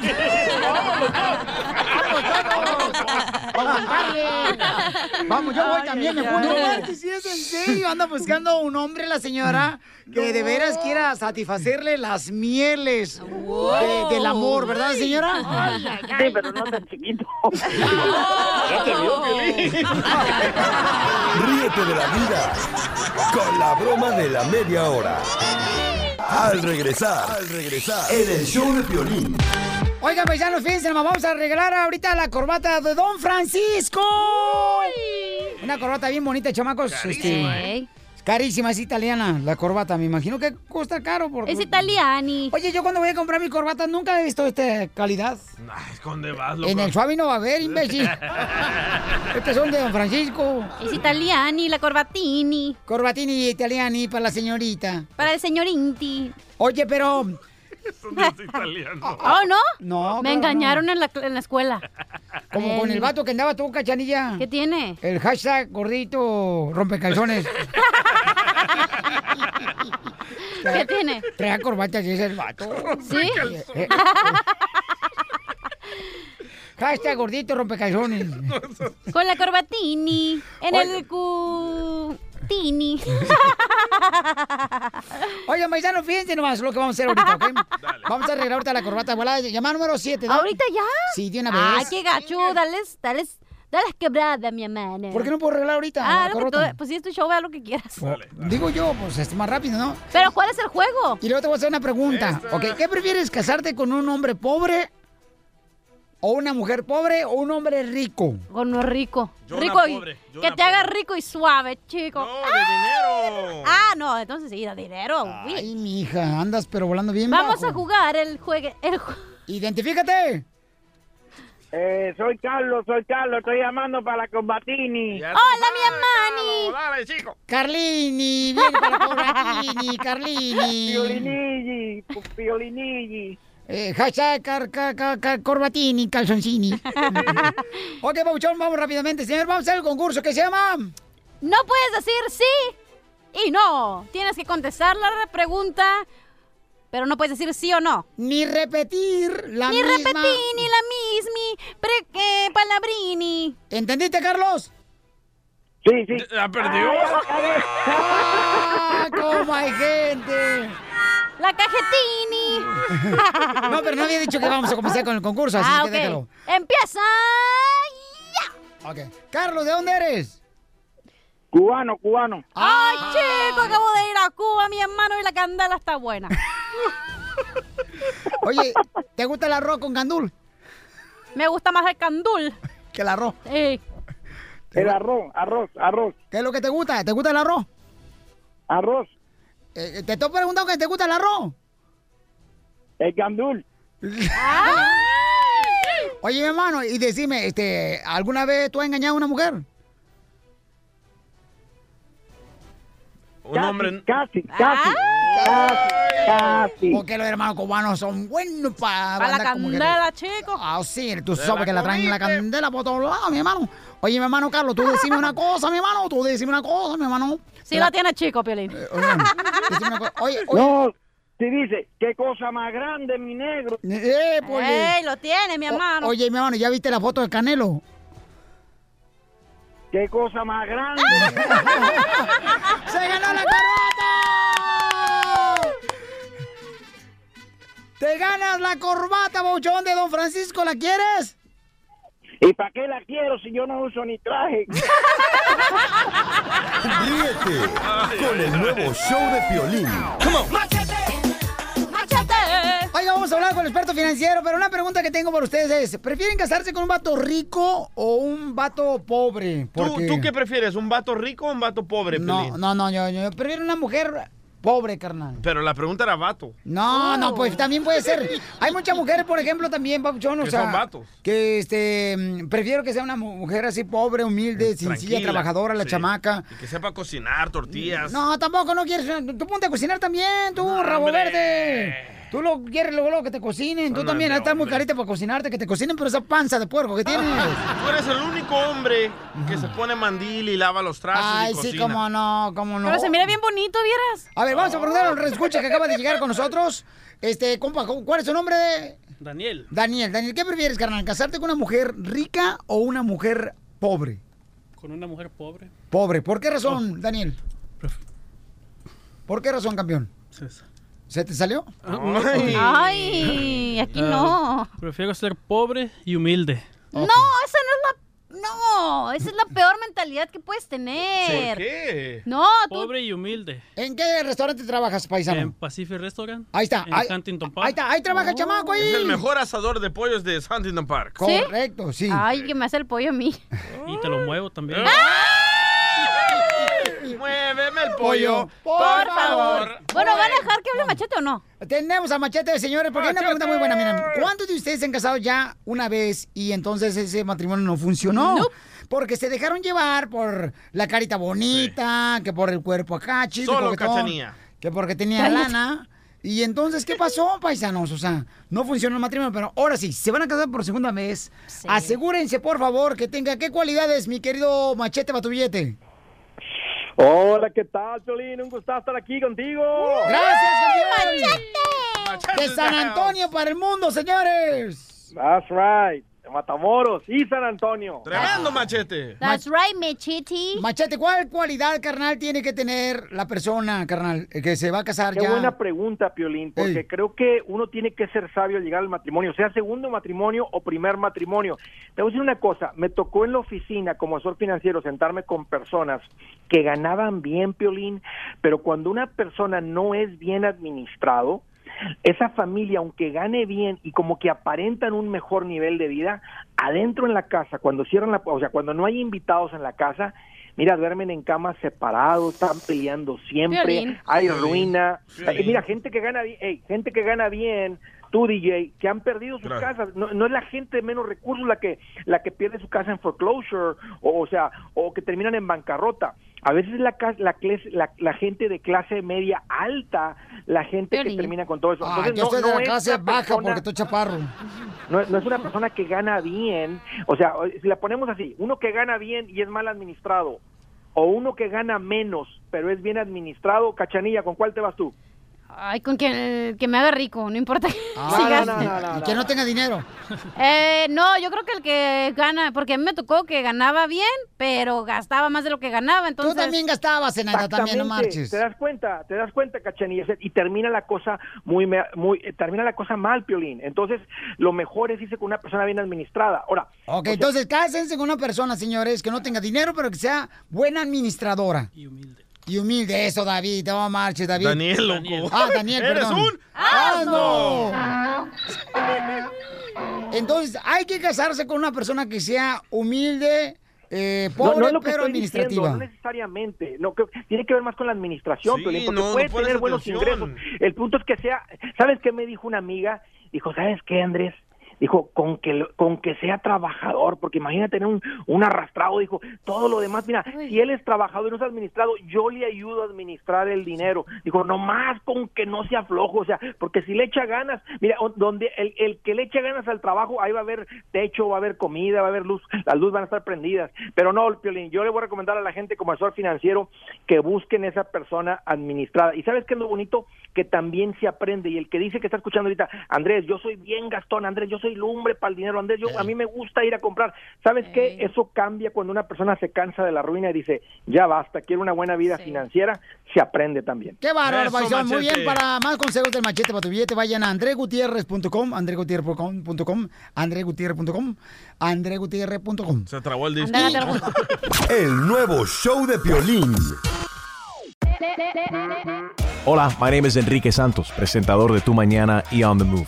Speaker 2: Vamos, yo voy también, me
Speaker 24: ay.
Speaker 2: pongo. No, Marti, si es en serio, anda buscando un hombre, la señora, que de veras quiera satisfacerle las mieles de- del amor, ¿verdad, señora?
Speaker 8: Sí, pero no tan chiquito.
Speaker 24: Ya te vio,
Speaker 5: Ríete de la vida con la broma de la media hora. Al regresar, al regresar, en el show de violín.
Speaker 2: Oigan, paisanos, fíjense, nomás vamos a regalar ahorita la corbata de Don Francisco. Una corbata bien bonita, chamacos.
Speaker 6: Carísima,
Speaker 2: este,
Speaker 6: ¿eh?
Speaker 2: Carísima, es italiana la corbata. Me imagino que cuesta caro. Porque...
Speaker 6: Es italiani.
Speaker 2: Oye, yo cuando voy a comprar mi corbata nunca he visto esta calidad.
Speaker 13: Ay, ¿Dónde vas, loco?
Speaker 2: En el suave no va a haber, imbécil. Estas son de Don Francisco.
Speaker 6: Es italiani, la corbatini.
Speaker 2: Corbatini italiani para la señorita.
Speaker 6: Para el señor Inti.
Speaker 2: Oye, pero...
Speaker 6: ¿Oh, no?
Speaker 2: No.
Speaker 6: Me
Speaker 2: claro,
Speaker 6: engañaron En, la, en la escuela.
Speaker 2: Como con el vato que andaba tú, cachanilla.
Speaker 6: ¿Qué tiene?
Speaker 2: El hashtag gordito rompecalzones.
Speaker 6: ¿Qué tiene?
Speaker 2: Trae corbata y es el vato.
Speaker 6: ¿Sí?
Speaker 2: Eh, eh. hashtag gordito rompecalzones.
Speaker 6: Con la corbatini. En el cu... Tini.
Speaker 2: Oigan, paisano, fíjense nomás lo que vamos a hacer ahorita, ¿ok? Vamos a arreglar ahorita la corbata. Volada. Llamada número 7.
Speaker 6: ¿Ahorita ya?
Speaker 2: Sí, de una vez.
Speaker 6: Ay, qué gacho. Dales, dales, dales quebrada, mi hermana.
Speaker 2: ¿Por qué no puedo arreglar ahorita?
Speaker 6: Ah,
Speaker 2: la
Speaker 6: lo que
Speaker 2: corbata?
Speaker 6: tú- pues sí, es tu show, vea lo que quieras.
Speaker 2: Digo yo, pues es más rápido, ¿no?
Speaker 6: Pero ¿cuál es el juego?
Speaker 2: Y luego te voy a hacer una pregunta. Ok, ¿Qué prefieres, casarte con un hombre pobre o una mujer pobre o un hombre rico?
Speaker 6: Con uno rico.
Speaker 2: Yo una
Speaker 6: rico y-
Speaker 2: pobre, yo
Speaker 6: que
Speaker 2: una
Speaker 6: te haga rico y suave, chico. No, de dinero. Ah, no, entonces sí, de dinero. uy.
Speaker 2: Ay, mi hija, andas pero volando bien
Speaker 6: Vamos
Speaker 2: bajo.
Speaker 6: a jugar el juegue. El ju-
Speaker 2: Identifícate.
Speaker 3: Eh, soy Carlos, soy Carlos, estoy llamando para Combatini.
Speaker 6: Hola, mi
Speaker 3: hermano. Dale, chico.
Speaker 2: Carlini, bien para Corbatini, Carlini.
Speaker 3: Violinilli, Violinilli.
Speaker 2: Eh, hashtag car- car- car- car- corbatini, calzoncini. ok, Pabuchón, vamos rápidamente, señor. Vamos a hacer el concurso que se llama...
Speaker 6: No puedes decir sí y no. Tienes que contestar la pregunta, pero no puedes decir sí o no.
Speaker 2: Ni repetir la
Speaker 6: Ni
Speaker 2: misma-
Speaker 6: repetí, ni la mismi, pre, eh, palabrini.
Speaker 2: ¿Entendiste, Carlos?
Speaker 3: Sí, sí.
Speaker 13: La perdió.
Speaker 2: ¡Ah, cómo hay gente!
Speaker 6: ¡La cajetini!
Speaker 2: No, pero no había dicho que vamos a comenzar con el concurso, así
Speaker 6: Ah,
Speaker 2: que
Speaker 6: ok.
Speaker 2: déjalo.
Speaker 6: ¡Empieza!
Speaker 2: Ok. Carlos, ¿de dónde eres? Ah,
Speaker 19: Cubano, cubano.
Speaker 6: ¡Ay, chico! Acabo de ir a Cuba, mi hermano, y la candela está buena.
Speaker 2: Oye, ¿te gusta el arroz con candul?
Speaker 6: Me gusta más el candul.
Speaker 2: Que el arroz.
Speaker 19: El arroz, arroz, arroz.
Speaker 2: ¿Qué es lo que te gusta? ¿Te gusta el arroz?
Speaker 19: Arroz.
Speaker 2: Eh, eh, te estoy preguntando que te gusta el arroz.
Speaker 19: El candul.
Speaker 2: Oye, mi hermano, y decime, este, ¿alguna vez tú has engañado a una mujer?
Speaker 13: Un hombre.
Speaker 19: Casi,
Speaker 2: casi.
Speaker 6: Ah.
Speaker 19: Casi.
Speaker 2: Porque los hermanos cubanos son buenos para
Speaker 6: Para la candela, chicos.
Speaker 2: Ah, sí, tú
Speaker 6: Te
Speaker 2: sabes
Speaker 6: la
Speaker 2: que la traen la
Speaker 6: comiste.
Speaker 2: candela por todos lados, mi hermano. Oye, mi hermano Carlos, tú decime una cosa, mi hermano, tú decime una cosa, mi hermano. Eh,
Speaker 6: Sí la tiene chico, Piolín.
Speaker 2: Oye,
Speaker 19: No, si dice, qué cosa más grande, mi negro.
Speaker 2: Eh, Poli.
Speaker 6: ¡Ey, lo tiene, mi
Speaker 2: O-
Speaker 6: hermano!
Speaker 2: oye, mi hermano, ¿ya viste la foto de Canelo?
Speaker 19: Qué cosa más grande.
Speaker 2: ¡Se ganó la corbata! ¡Te ganas la corbata, bouchón de Don Francisco! ¿La quieres?
Speaker 19: ¿Y para qué la quiero si yo no uso ni traje?
Speaker 5: Ríete con el nuevo show de Piolín.
Speaker 2: Oiga, vamos a hablar con el experto financiero, pero una pregunta que tengo para ustedes es, ¿prefieren casarse con un vato rico o un vato pobre?
Speaker 13: ¿Tú,
Speaker 2: Porque-
Speaker 13: tú qué prefieres? ¿Un vato rico o un vato pobre,
Speaker 2: No,
Speaker 13: Piolín?
Speaker 2: no, no, yo, yo prefiero una mujer pobre, carnal.
Speaker 13: Pero la pregunta era vato. Oh.
Speaker 2: No, no, pues también puede ser. Hay muchas mujeres, por ejemplo, también, Papuchón, o
Speaker 13: Que
Speaker 2: sea,
Speaker 13: son vatos.
Speaker 2: que este, mm, prefiero que sea una mu- mujer así pobre, humilde, sencilla,
Speaker 13: Eh, Tranquila,
Speaker 2: trabajadora, la
Speaker 13: sí.
Speaker 2: chamaca.
Speaker 13: Y que sepa cocinar tortillas.
Speaker 2: No, tampoco, no quieres. eh, Tú ponte a cocinar también, tú, rabo
Speaker 13: hombre.
Speaker 2: verde. Tú lo quieres luego, luego que te cocinen. Tú
Speaker 13: Son
Speaker 2: también,
Speaker 13: de
Speaker 2: ahí estás muy carita para cocinarte, que te cocinen, pero esa panza de puerco que tienes.
Speaker 13: Tú eres el único hombre que se pone mandil y lava los trastos
Speaker 2: Ay,
Speaker 13: y
Speaker 2: sí,
Speaker 13: cocina.
Speaker 2: cómo no, cómo no.
Speaker 6: Pero se mira bien bonito, ¿vieras?
Speaker 2: A ver, vamos a preguntar al escucha que acaba de llegar con nosotros. Este, compa, ¿cuál es su nombre?
Speaker 17: Daniel.
Speaker 2: Daniel, Daniel, ¿qué prefieres, carnal? ¿Casarte con una mujer rica o una mujer pobre?
Speaker 17: Con una mujer pobre.
Speaker 2: Pobre, ¿por qué razón, Daniel? ¿Por qué razón, campeón? ¿Se te salió?
Speaker 17: Ay.
Speaker 6: ¡Ay! Aquí no.
Speaker 17: Ah, Prefiero ser pobre y humilde.
Speaker 6: No, esa no es la. No, esa es la peor mentalidad que puedes tener.
Speaker 17: qué?
Speaker 6: No, tú.
Speaker 17: Pobre y humilde.
Speaker 2: ¿En qué restaurante trabajas, paisano?
Speaker 17: En Pacific Restaurant.
Speaker 2: Ahí está.
Speaker 17: En
Speaker 2: ahí,
Speaker 17: Huntington Park.
Speaker 2: ahí está, ahí trabaja el chamaco ahí.
Speaker 13: Es el mejor asador de pollos de Huntington Park.
Speaker 2: ¿Sí? Correcto, sí.
Speaker 6: Ay, que me hace el pollo a mí.
Speaker 17: Y te lo muevo también.
Speaker 13: Muéveme el
Speaker 17: pollo,
Speaker 2: por favor.
Speaker 6: Bueno, ¿van a dejar que hable machete o no?
Speaker 2: Tenemos a Machete, señores, porque hay una pregunta muy buena. Miren, ¿cuántos de ustedes se han casado ya una vez y entonces ese matrimonio no funcionó?
Speaker 6: Nope.
Speaker 2: Porque se dejaron llevar por la carita bonita, que por el cuerpo acá, chico.
Speaker 13: Solo
Speaker 2: coquetón,
Speaker 13: Cachanía.
Speaker 2: Que porque tenía
Speaker 13: Cállate.
Speaker 2: lana. Y entonces, ¿qué pasó, paisanos? O sea, no funcionó el matrimonio, pero ahora sí, se van a casar por segunda vez. Asegúrense, por favor, que tenga qué cualidades, mi querido Machete Batubillete.
Speaker 19: Hola, ¿qué tal, Piolín? Un gustazo estar aquí contigo.
Speaker 2: Gracias, campeón. De San Antonio para el mundo, señores.
Speaker 19: That's right. Matamoros y San Antonio.
Speaker 13: Tremendo machete.
Speaker 6: That's right, Machete.
Speaker 2: Machete, ¿cuál cualidad, carnal, tiene que tener la persona, carnal, eh, que se va a casar
Speaker 19: Qué
Speaker 2: ya?
Speaker 19: buena pregunta, Piolín, porque creo que uno tiene que ser sabio al llegar al matrimonio, sea segundo matrimonio o primer matrimonio. Te voy a decir una cosa, me tocó en la oficina como asesor financiero sentarme con personas que ganaban bien, Piolín, pero cuando una persona no es bien administrado, esa familia, aunque gane bien y como que aparentan un mejor nivel de vida, adentro en la casa, cuando cierran la, o sea, cuando no hay invitados en la casa, mira, duermen en camas separados, están peleando siempre,
Speaker 18: Violín.
Speaker 19: hay
Speaker 18: Violín.
Speaker 19: ruina.
Speaker 18: Violín.
Speaker 19: Eh, mira, gente que gana, bi- ey, gente que gana bien, tú DJ, que han perdido sus
Speaker 18: Gracias.
Speaker 19: casas, no, no es la gente de menos recursos la que la que pierde su casa en foreclosure, o, o sea, o que terminan en bancarrota. A veces la, ca- la, cles- la, la gente de clase media alta, la gente que termina con todo eso.
Speaker 2: Ah,
Speaker 19: Entonces,
Speaker 2: yo
Speaker 19: no-
Speaker 2: soy
Speaker 19: no
Speaker 2: de la
Speaker 19: es
Speaker 2: clase
Speaker 19: una
Speaker 2: baja
Speaker 19: persona-
Speaker 2: porque estoy chaparro.
Speaker 19: no, no es una persona que gana bien, o sea, o- si la ponemos así, uno que gana bien y es mal administrado, o uno que gana menos pero es bien administrado, cachanilla, ¿con cuál te vas tú?
Speaker 6: Ay, con que, que me haga rico, no importa. que sigas.
Speaker 2: Y que Ah, no tenga dinero.
Speaker 6: Eh, no, yo creo que el que gana, porque a mí me tocó que ganaba bien, pero gastaba más de lo que ganaba, entonces...
Speaker 2: también gastabas, Zenaida,
Speaker 19: Exactamente. Te das cuenta, te das cuenta, Cachanilla, y termina la cosa muy, me- muy, eh, termina la cosa mal, Piolín. Entonces, lo mejor es irse con una persona bien administrada. Ahora,
Speaker 2: Ok, entonces cásense con una persona, señores, que no tenga dinero, pero que sea buena administradora. Y humilde. Y humilde, eso, David. No marches, David.
Speaker 3: Daniel, loco.
Speaker 2: Ah, Daniel,
Speaker 3: Eres
Speaker 2: perdón.
Speaker 3: un
Speaker 2: asno! Entonces, hay que casarse con una persona que sea humilde, eh, pobre,
Speaker 19: no, no es lo que
Speaker 2: pero
Speaker 19: estoy diciendo,
Speaker 2: administrativa.
Speaker 19: no necesariamente. No, creo- tiene que ver más con la administración,
Speaker 2: Sí,
Speaker 19: Piolín, porque
Speaker 2: no, no
Speaker 19: puede
Speaker 2: pones
Speaker 19: tener buenos ingresos.
Speaker 2: atención.
Speaker 19: El punto es que sea. ¿Sabes qué me dijo una amiga? Dijo, ¿sabes qué, Andrés? Dijo, con que, lo- con que sea trabajador, porque imagínate tener un, un arrastrado. Dijo, todo lo demás, mira, si él es trabajador y no es administrado, yo le ayudo a administrar el dinero. Dijo, nomás con que no sea flojo, o sea, porque si le echa ganas, mira, o- donde el, el que le echa ganas al trabajo, ahí va a haber techo, va a haber comida, va a haber luz, las luces van a estar prendidas. Pero no, Piolín, yo le voy a recomendar a la gente como asesor financiero que busquen esa persona administrada. ¿Y sabes qué es lo bonito? Que también se aprende. Y el que dice que está escuchando ahorita, Andrés, yo soy bien gastón, Andrés, yo soy lumbre para el dinero, Andrés, yo, a mí me gusta ir a comprar. ¿Sabes qué? Eso cambia cuando una persona se cansa de la ruina y dice, ya basta, quiero una buena vida financiera, se aprende también.
Speaker 2: Qué bárbaro,
Speaker 19: Eso,
Speaker 2: paisón. Muy
Speaker 19: machete.
Speaker 2: bien, para más consejos del machete para tu billete, vayan a andregutierrez.com, andregutierrez.com, andregutierrez.com, andregutierrez.com.
Speaker 3: Se trabó el disco.
Speaker 2: Ándale,
Speaker 5: El nuevo show de Piolín.
Speaker 25: Hola, my name is Enrique Santos, presentador de Tu Mañana y On the Move.